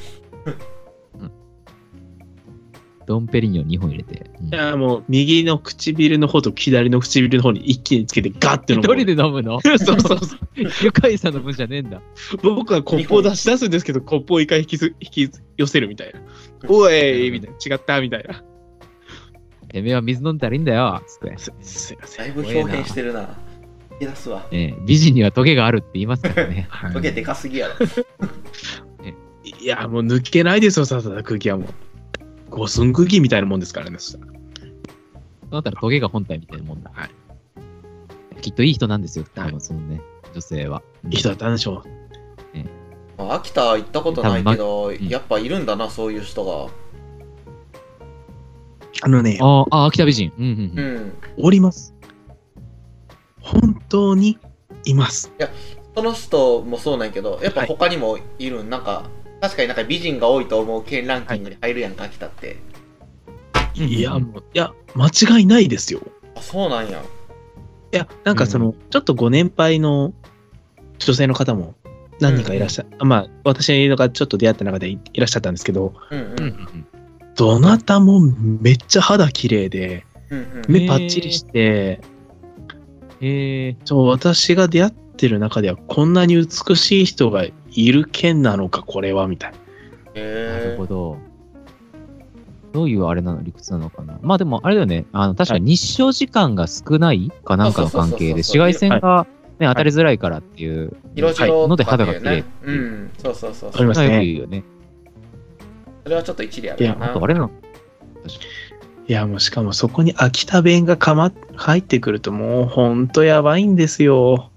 ドンペリニョン2本入れて。うん
や、もう右の唇の方と左の唇の方に一気につけてガッて飲
一
む。
人で飲むの
そうそうそ
ゆかいさんの分じゃねえんだ。
う。僕はコップを出し出すんですけど、コップを一回引きず引き寄せるみたいな。おいみたいな。違ったみたいな。
てめえは水飲んだらいいんだよ。つって。
すすいませ
だ
ん。
いぶ表現してるな。引き出すわ。
ええ美人にはトゲがあるって言いますから ね。はい
ボケでかすぎやろ。
いや、もう抜けないですよ、ささだ空気はもう。五寸空気みたいなもんですからね、そした
そ
ら
うなったらトゲが本体みたいなもんだ。
はい
きっといい人なんですよ、多
はい
分そのね、女性は。
いい人だったんでしょう。
まあ 秋田行ったことないけど、
ん
やっぱいるんだな、そういう人が。
あのね、
ああ、秋田美人。うんうん
う
うん。
ん。
おります。本当にいます。
その人もそうなんやけど、やっぱ他にもいるん、なんか、確かになんか美人が多いと思う県ランキングに入るやんか、秋田って。
いや、もう、いや、間違いないですよ。
あ、そうなんや。
いや、なんかその、ちょっとご年配の女性の方も何人かいらっしゃ、まあ、私がちょっと出会った中でいいらっしゃったんですけど、
うんう
うんうん
ん。
うん
どなたもめっちゃ肌綺麗で、
うんうん。
目パッチリして、
へえ。
そう私が出会ってる中ではこんなに美しい人がいる県なのか、これは、みたいな。
なる
え
ほど。どういうあれなの理屈なのかな。まあでも、あれだよね、あの確かに日照時間が少ないかなんかの関係で、
あそうそうそうそう
紫外線が、ね当たりづらいからっていう
色白
ので
とか
肌
って
が
い
綺
う
麗
ね。うん、そうそうそう
わかり
そう。
ます
よく
ね
言うよね。
それはちょっと一理あるよ
い
あ
な。
と、あれなの
いや、もうしかもそこに秋田弁がかま、入ってくるともうほんとやばいんですよ。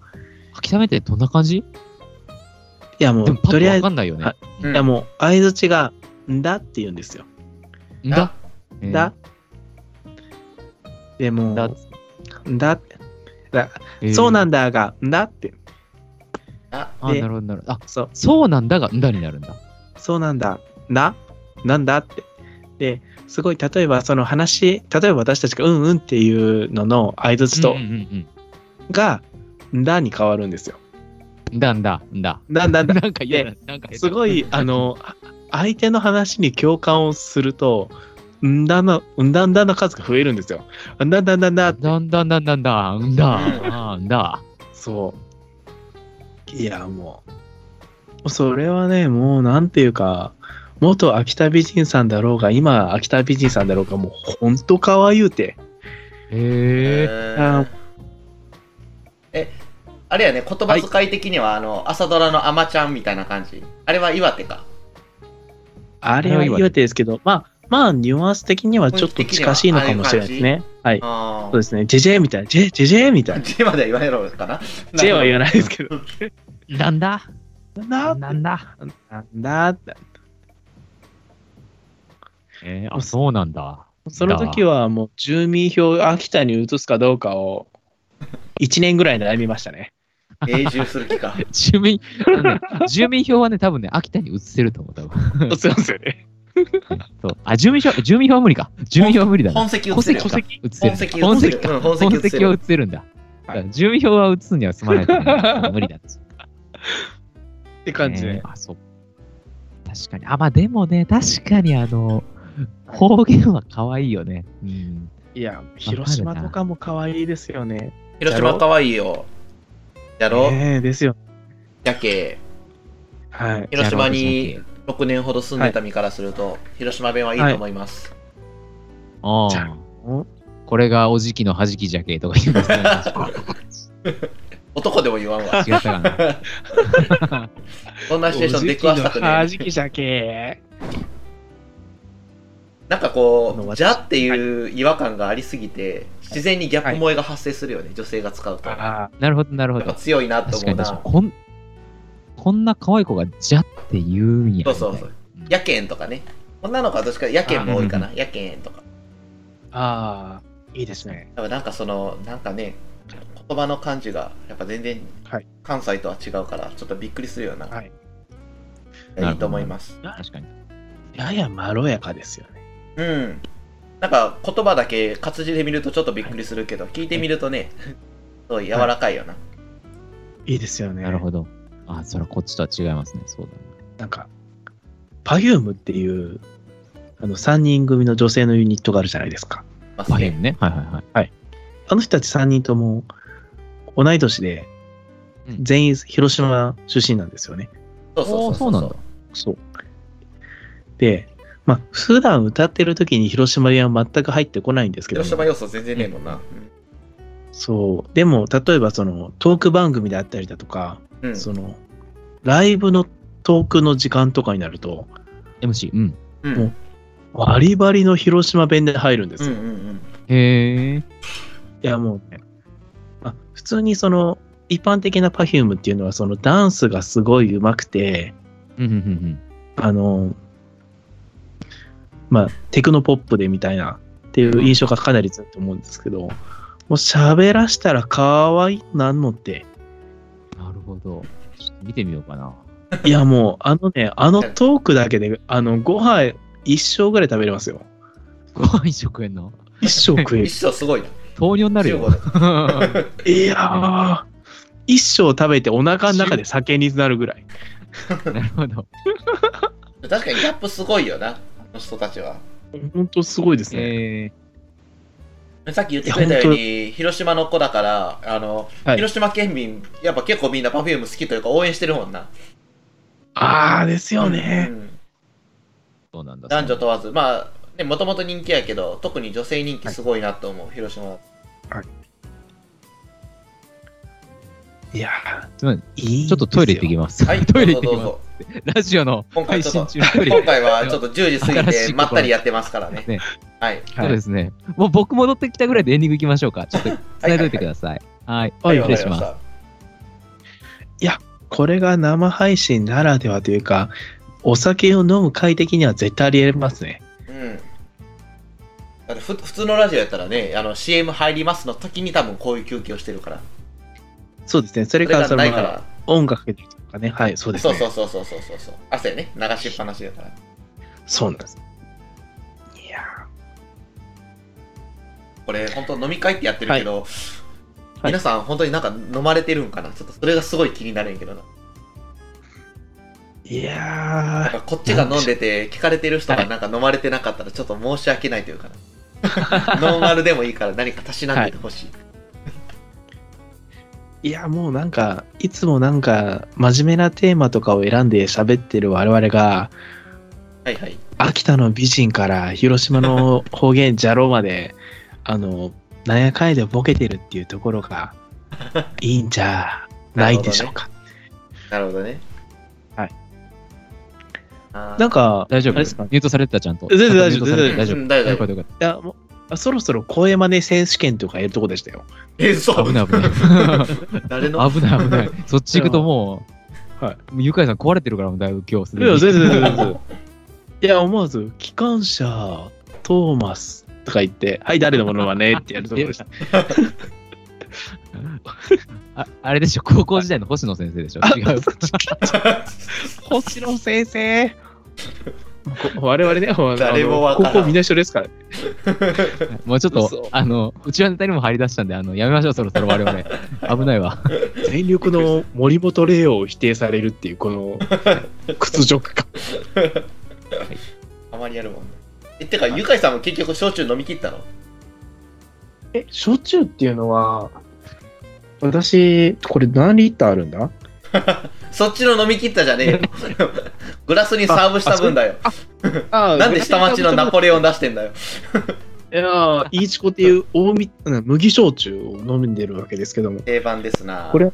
秋田弁ってどんな感じ
いや、も
で
う、
もパ
と
ッ
り
とわ
あえず、
かんないよね
は。
う
い
ん
や、もう、相づちが、んだって言うんですよ。
んだ、えー
だ、でも、
だ
だ、だ
えー
そうなんだが、んだって、
あ、
あ、
で
なるほど、なるほど。あ、
そう、
そうなんだが、んだになるんだ。
そうなんだ、な、なんだって。で、すごい、例えばその話、例えば私たちがうんうんっていうのの相づち
う
と
んうんうん
が、んだに変わるんですよ。
うん。んだんだ、んだ。
だんだん
な
だ。
んか嫌だ。なんか
すごい、あの、あ相手の話に共感をすると、んだの、んだんだの数が増えるんですよ。んだんだんだんだって
だんだんだんだんだんだあーんだ
そう。いや、もう。それはね、もうなんていうか、元秋田美人さんだろうが、今秋田美人さんだろうが、もうほんと可愛いうて。
へえ
え
あ
ーえ、あれやね、言葉遣い的には、あの、朝ドラのあまちゃんみたいな感じ。あれは岩手か。
あれは岩手ですけど、まあ、まあ、ニュアンス的にはちょっと近しいのかもしれないですね。はい。
あ
そうですね。ジェジェみたいな。ジェジェジェみたい
あ。
な。
J までは言われろかな。
ジェは言わないですけど。
なんだな
な
んだ
なんだって。
えー、あ、そうなんだ。
その時はもう住民票を秋田に移すかどうかを、1年ぐらい悩みましたね。
永住する気か。
住民、あのね住民票はね、多分ね、秋田に移せると思う、多分。
そうですよね。
そうあ、住民票、住民票は無理か。住民票は無理だな。
本籍
戸
移せる
籍
よ
か。移せ
本
る。
籍
本
移せ
籍
る。
か。
うん本
本
移せ
籍
る
を移せるんだ。だ
は
か
い
ら住民票は移すには済まないと思うから無理だって。
って感じで
えー。あ、そう。確かに。あ、まあでもね、確かにあの、方言は可愛いよね。うん。
いや、広島とかも可愛いですよね。
広島かわいいよ。やろ、
ねえですよ。
やけ、
はい。
広島に6年ほど住んでた身からすると、広島弁はいいと思います。
あ
じゃ
あ。これがおじきのはじきじゃけとか言いますね。
男でも言わ んわ。
違ったかな。
そんなシチュエーション出くわしたくね
は
え。
じきじゃけ
なんかこ
の
う、
私
じゃっていう違和感がありすぎて、自然にギャップ萌えが発生するよね、女性が使うと。や
ああ、
なるほど、なるほ
っぱ
ど。
強いなって
確か
思う
に確か
な
に。。こん、こんな可愛い子がじゃって言うんや。
そうそうそう。
みたい
やけんとかね。女の子は確かやけんも多いかな。やけんとか。
ああ、いいですね。
多分なんかそのなんかね言葉の感じがやっぱ全然
はい
関西とは違うからちょっとびっくりするような、
はい
いやいいと思います
な。確かに。
ややまろやかですよね。
うんなんか言葉だけ活字で見るとちょっとびっくりするけど、聞いてみるとね、そう柔らかいよな、
いいですよね。
なるほど。あ、それはこっちとは違いますね。そうだね。
なんか、パギュームっていう、あの、3人組の女性のユニットがあるじゃないですか。
まあ
バヘンね。はいはいはい。
あの人たち3人とも、同い年で
う、ん
全員広島出身なんですよね。
そうそ
お
う
ー
そ
そうう
そ
な
うん
だ。
そう。で、まあ、普段歌ってる時に広島弁は全く入ってこないんですけども、
広島要素全然ねえもんな
そう。でも、例えばその、トーク番組であったりだとか、
うん、うん
その、ライブのトークの時間とかになると、
MC。うん。
うん、
もバリバリの広島弁で入るんです
うんう
よ。
んうん
へえ。
いやもうね、まあ、普通にその一般的な Perfume っていうのはそのダンスがすごい上手くて
うんうんうん
あのまあテクノポップでみたいなっていう印象がかなり強いと思うんですけどもう喋らしたら可愛いなんのって
うん。なるほど。ちょっと見てみようかな。
いやもうあのねあのトークだけであのご飯一生ぐらい食べれますよ
ご飯一食えんの
一生食え る
一生すごいな
糖尿になるよ。
15
いやー一生食べてお腹の中で酒になるぐらい
なるほど。
だ確かにギャップすごいよなあの人たちは
本当すごいですね、
え
さっき言ってくれたように広島の子だからあの、
はい
広島県民やっぱ結構みんな Perfume 好きというか応援してるもんな
ああですよね、
うん
そうなんだ。
男女問わずまあもともと人気やけど特に女性人気すごいなと思う、広島
いや
すいません
いい
ちょっとトイレ行って
き
きます。
はい
トイレ行って
どう
き
ぞどう
ま
ぞ
す。ラジオの
今
配
回ちょ
信
っと
中トイレ。
今回はちょっと10時過ぎ
新しい
て
試み
まったりやってますからね
ね
はい
そうですね。もう僕戻ってきたぐらいでエンディング行きましょうか。ちょっと伝えといてください。はい。
はい
失礼します。
わかり
これが生配信ならではというかお酒を飲む快適には絶対ありえますね
ましたうんだってふ普通のラジオやったらねあの CM 入りますの時に多分こういう休憩をしてるから
そうですねそ
そ
れからその
ないか
まあ
ら
音楽かけてるとかねはいそうです
そう
ね
そうそうそうそうそうそう汗ね流しっぱなしだから
そうなんですいや
これ本当飲み会ってやってるけど、
い
皆さん本当になんか飲まれてるんかなちょっとそれがすごい気になるんやけどな
ーいや
なんかこっちが飲んでて聞かれてる人がなんか飲まれてなかったらちょっと申し訳ないと いうかなノンアルでもいいから何かたしなんでてほしい、
ーいやもうなんかいつもなんか真面目なテーマとかを選んで喋ってる我々が
はい、はい
秋田の美人から広島の方言じゃろうまで あのなんやかんやでボケてるっていうところがいいんじゃ ないでしょうか。
なるほどね
はい
あー
なんか
大丈夫
あ
で
れですすか
か
い
ミュートされてた、ちゃんと。
全然大丈夫
ちゃんとミュートされて
大丈夫大丈夫
よかったよかっ
やもうあそろそろ声真似選手権とかやるとこでしたよ。
えーそ
た。
う
危ない危ない。
誰の
危ない危ない。そっち行くともう、
はい
もうゆかいさん壊れてるから、もうだいぶ今日す
い
でに
や全然全然全然いや思わず「機関車トーマス」とか言って「はい誰のものはね」ってやるとこでした。
ああれでしょ、高校時代の星野先生でしょ。違う。
星野先生こ 我々ね、ほらあ
誰もわ
の
からん
高校みんな一緒ですから。
もうちょっと
嘘、
あの、うちわネタにも入り出したんで、あの、やめましょう、そろそろ我々。 危ないわ。
全力の森本レオを否定されるって いうこの屈辱感
たまにやるもんねえてか、ゆかいさんも結局焼酎飲み切ったの
え、焼酎っていうのは、私、これ何リッターあるんだ
そっちの飲み切ったじゃねえよ。グラスにサーブした分だよ。
あ
なんで下町のナポレオン出してんだよ。
いやー、イーチコっていう大みうん麦焼酎を飲んでるわけですけども、
定番ですな。
これ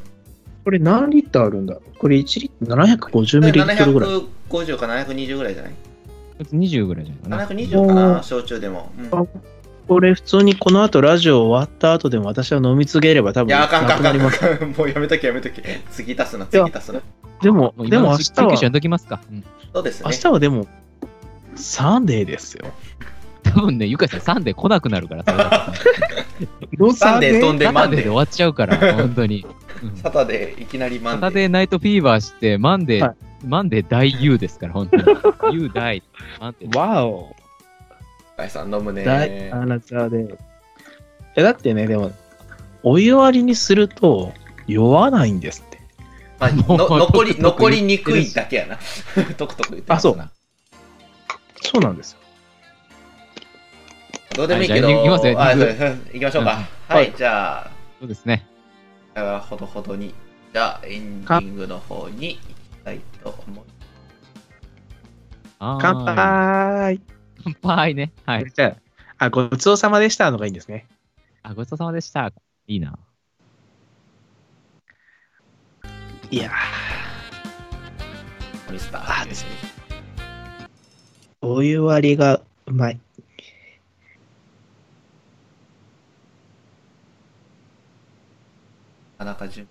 これ何リッターあるんだこれ1リッター750ミリリットルぐらい。
750か720ぐらいじゃない
20ぐらいじゃないかな。
?720 かな焼酎でも。うん
これ普通にこの後ラジオ終わった後でも私は飲み継げれば多
い
分
や、
な
あかんあ
く
か
なんり
あ
ます。
かん。もうやめときやめとき。次足すな、次足すな。
で
も
も、
う
で
今の
も明
実
日
験
は、
やんときますか。うん
そうです
明
ね。
日はでも、サンデーですよ。
多分ね、ゆかいさん、サンデー来なくなるから、それ は
サンデー飛んで
サ
マ
タ
ン
デー
デ
で終
ー。
わっちゃうから、本当に。うん
サタデー、いきなりマ
サ
ンデー
タ。デーナイトフィーバーして、マンデー、
は
マンデー大 U ですから、本当に。U 大、マンデー
わお、
大さん飲むね。
大アナザーデー。え、だってね、でも、お湯割りにすると酔わないんですって。
まあ、
もう
の残り、
トクトク
残りにくいだけやな。 トクトク言ってますな
あそうなんですよ。
どうでもいいけど。
はいじゃあ行きますよ
あ
行きます
そうです行きましょうか。
うん
は、
はい
じゃあ、
そうですね。
あーほどほどに。じゃあ、エンディングの方に行きたいと思いま
はーい
乾。杯
乾杯ね。はい。
じゃあ、あごちそうさまでしたのがいいんですね。
あ、ごちそうさまでした。いいな。
いや
す。ミスタ
あ
ー。
ですねー、お湯割りがうまい。
なかなか順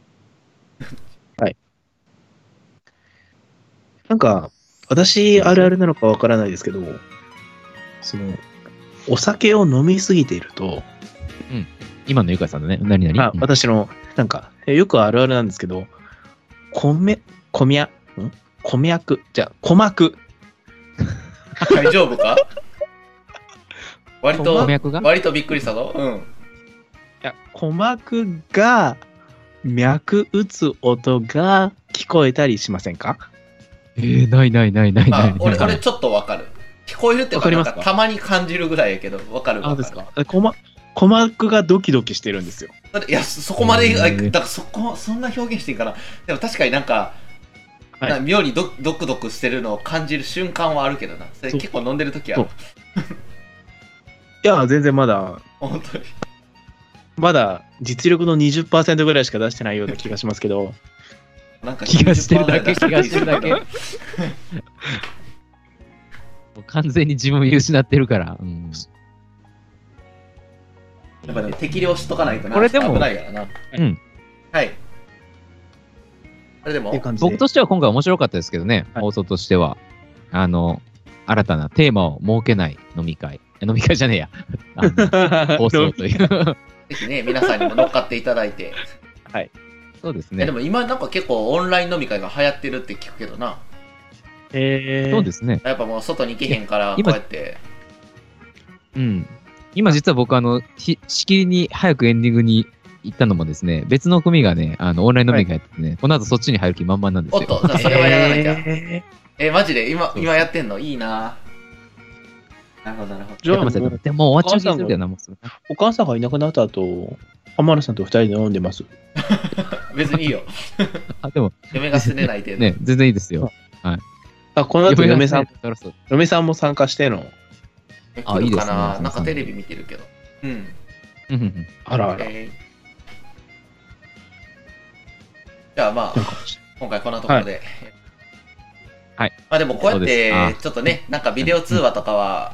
なんか、私あるあるなのかわからないですけど、その、お酒を飲みすぎていると、
今のゆかいさんのね、何々。
あ
うん
私の、なんか、えよくあるあるなんですけど、米、米や、ん米薬、じゃあ、鼓膜。
大丈 夫か割
ご
と
脈、が
割とびっくりしたぞ。うん。
いや、鼓膜が、脈打つ音が聞こえたりしませんか
えー、ないないないないない
あ
な、い。
俺、俺ちょっとわかる。聞こえるって
わかり
なん
ます
か
か
たまに感じるぐらいやけど、わかるわかる。
か。
え鼓膜鼓膜がドキドキしてるんですよ。
だっていや、そそこまで、
へ
あ
ー
だからそこ、そんな表現していいかな。でも確かになんか、
はい
な妙にドドクドクしてるのを感じる瞬間はあるけどな。それ
そう
結構飲んでる時
そ
は
う、いや、全然まだ、
本当に。
まだ実力の20%ぐらいしか出してないような気がしますけど、
なんか
気がしてるだけ、
90%
気がしてる だけ。もう完全に自分を見失ってるから。うん
やっぱでも適量しとかないとな。
これでも
危ないからな。
うん。
はい。これでも
って、感じで
僕としては今回面白かったですけどね、
はい
放送としては。あの、新たなテーマを設けない飲み会。え飲み会じゃねえ や。あ の 放送という。
ぜひね、皆さんにも乗っかっていただい て。
そうです
えで
ね。
も今なんか結構オンライン飲み会が流行ってるって聞くけどな。
えー
そうですね。
やっぱもう外に行けへんから、こう
今
やって。
うん。今実は僕、あの、ひしきりに早くエンディングに行ったのもですね、別の組がね、あの、オンライン飲み会やっててね、この後そっちに入る気満々なんで
お
す
っ
よ。
と、じゃあそれはやらなきゃ。
え
え、マジで
そ
今
うそう
今やってんのいいななるほど、なるほど。
じ
やっ
ゃ
て
あも
ますよ
う、
でももう終わっちゃう気がするけどな、もうすぐ
お母さんがいなくなった後、浜田さんと二人で飲んでます。
別にいい よ。
あ、でも
嫁がすねない程度。
ね、全然いいですよ。
あ、この後嫁さん、
嫁がねそう
嫁さんも参加しての。
できる
あいいですね
かななん
そ
か
の
テレビ見てるけど。うん。
うんうんうん
あらあら。
えーじゃあまあ、今回こんなところで。
はい。
まあでもこうやっ
そうです
て
あ、
ちょっとね、なんかビデオ通話とかは、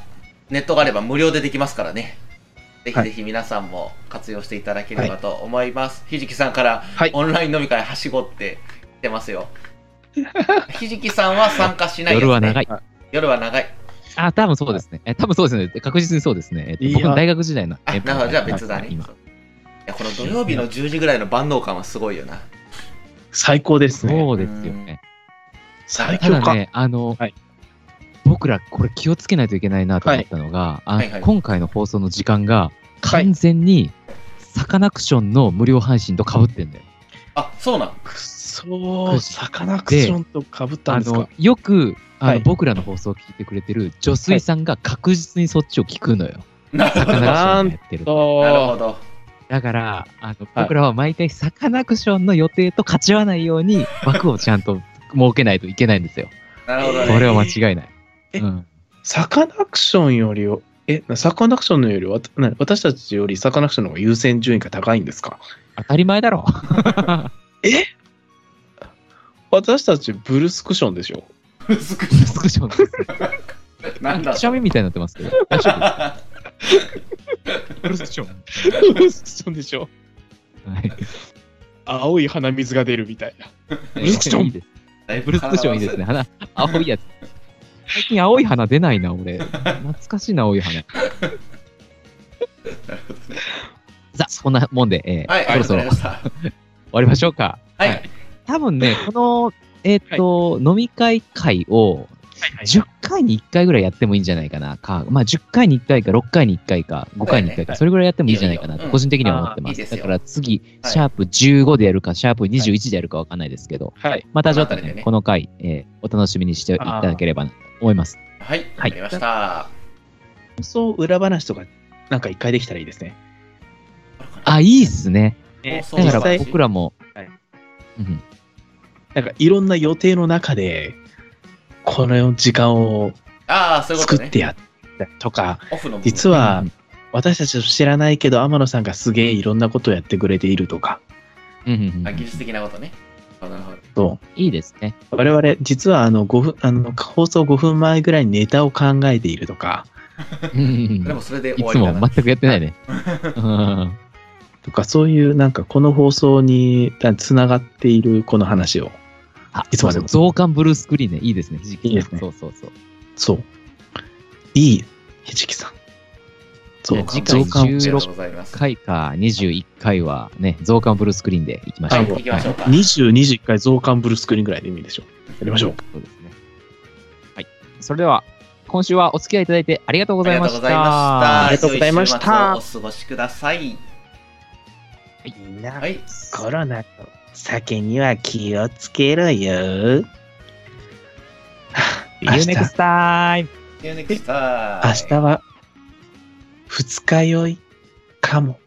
ネットがあれば無料でできますからね。ぜひぜひ皆さんも活用していただければと思います。ひじきさんから
はい
オンライン飲み会はしごって来てます よ。ひじきさんは参加しないやつね
夜は長い。
夜は長い。
あ、多分そうですね。え、多分そうですね。確実にそうですね。えっと
いや
僕の大学時代の。
あ、なるほど、じゃあ別だね。い
今。
やこの土曜日の10時ぐらいの万能感はすごいよな。
最高ですね。
そうですよね。
最
た
強
だ
か。
ね、あの
はい、
僕らこれ気をつけないといけないなと思ったのが、あ
はいはい
今回の放送の時間が
はい
完全にサカナクションの無料配信と被ってんだよ。
あ、そうなん。
くっそう、サカナクションとかぶったん
あ
ですか
のよくあの、
はい
僕らの放送を聞いてくれてる女水さんが確実にそっちを聞く のよ。
なるほ
魚
ど。
クシ
な
ョンやってる。
るほ
そ
ど。
だからあの、僕らは毎回サカナクションの予定と勝ち合わないよう に枠をちゃんと設けないといけないんですよ。
なるほど
こ
ね。
れは間違いない。
え
うん、
う。サカナクションよりを、え、サカナクションのよりわた、な私たちよりサカナクションの方が優先順位が高いんですか
当たり前だろ。
私たちブルスクションでしょ
薄く
スクションです。
なんだ
くしゃみみたいになってますけ ど。大丈夫ブルスクション。
ブルスクションでしょ
はい。
青い鼻水が出るみたい な。
ブ
ルスクション
いいですブルスクションいいですね。。花、青いやつ。最近青い花出ないな、俺。懐かしいな、青い 花。
なるほどね
さあ、こんなもんで、えー
はい、あ
そ
り
ろ
がと
そうろ
ご
終
ざいました。
わりましょうか。
はい。
多分ね、この、えーっと、飲み会会を、10回に1回ぐらいやってもいいんじゃないかな。かまあ、10回に1回か、6回に1回か、5回に1回
はいはいは
か、
い
それぐらいやってもいいんじゃないかな、
いいよいいようん
個人的には思ってま
あー
す。
いいです
だ
よ
から次、
はい
シャープ15でやるか、シャープ21でやるかわかんないですけど、
はい。
またちょっと
この辺り
ね、
でね
この回、えーお楽しみにしていただければなと思います。
はい、わかりました。
放送裏話とか、なんか一回できたらいいですね。
あ、いいっすね。
ね
放送
だ
実
か
際
ら僕らも、
はい
うん
なんかいろんな予定の中で、この時間を
ああ、そういうこ
作
と
っ
ね
て。やったりとか、
オフの部分
実は
うん
私たちの知らないけど天野さんがすげえいろんなことをやってくれているとか
うんうんうん
あ技術的なことね。なるほど。
と
いいですね。
我々実はあの5分あの放送5分前ぐらいにネタを考えているとか
うんうん
で
うん
もそれで
い
終わ
つ
り
も
だな。
全くやってないね。うん
とかそういうなんかこの放送につながっているこの話を
あ
いつまでも
そうそう増刊ブルースクリーンね。いいですね。ひじき
いいですね
そうそうそう。
そういいひじきさんそう
じゃあ次回
増刊
ありがとう
16
ございます。
回か21回はね、増刊ブルースクリーンでいきましょ
は
う。
い、行きましょうか。
22時回増刊ブルースクリーンぐらいでいいでしょうやりましょう
そうですね。はい。それでは、今週はお付き合いいただいてありがとうご
あ
ざ
り
い
が
ま
と
し
うご
た。
ざいました。
ありがとうございました
良い週末をお過ごしください。
みんな
はい。
コロナと酒には気をつけろよ。明
明日。See
日
you next time!
See you next time.
明日は二日酔いかも。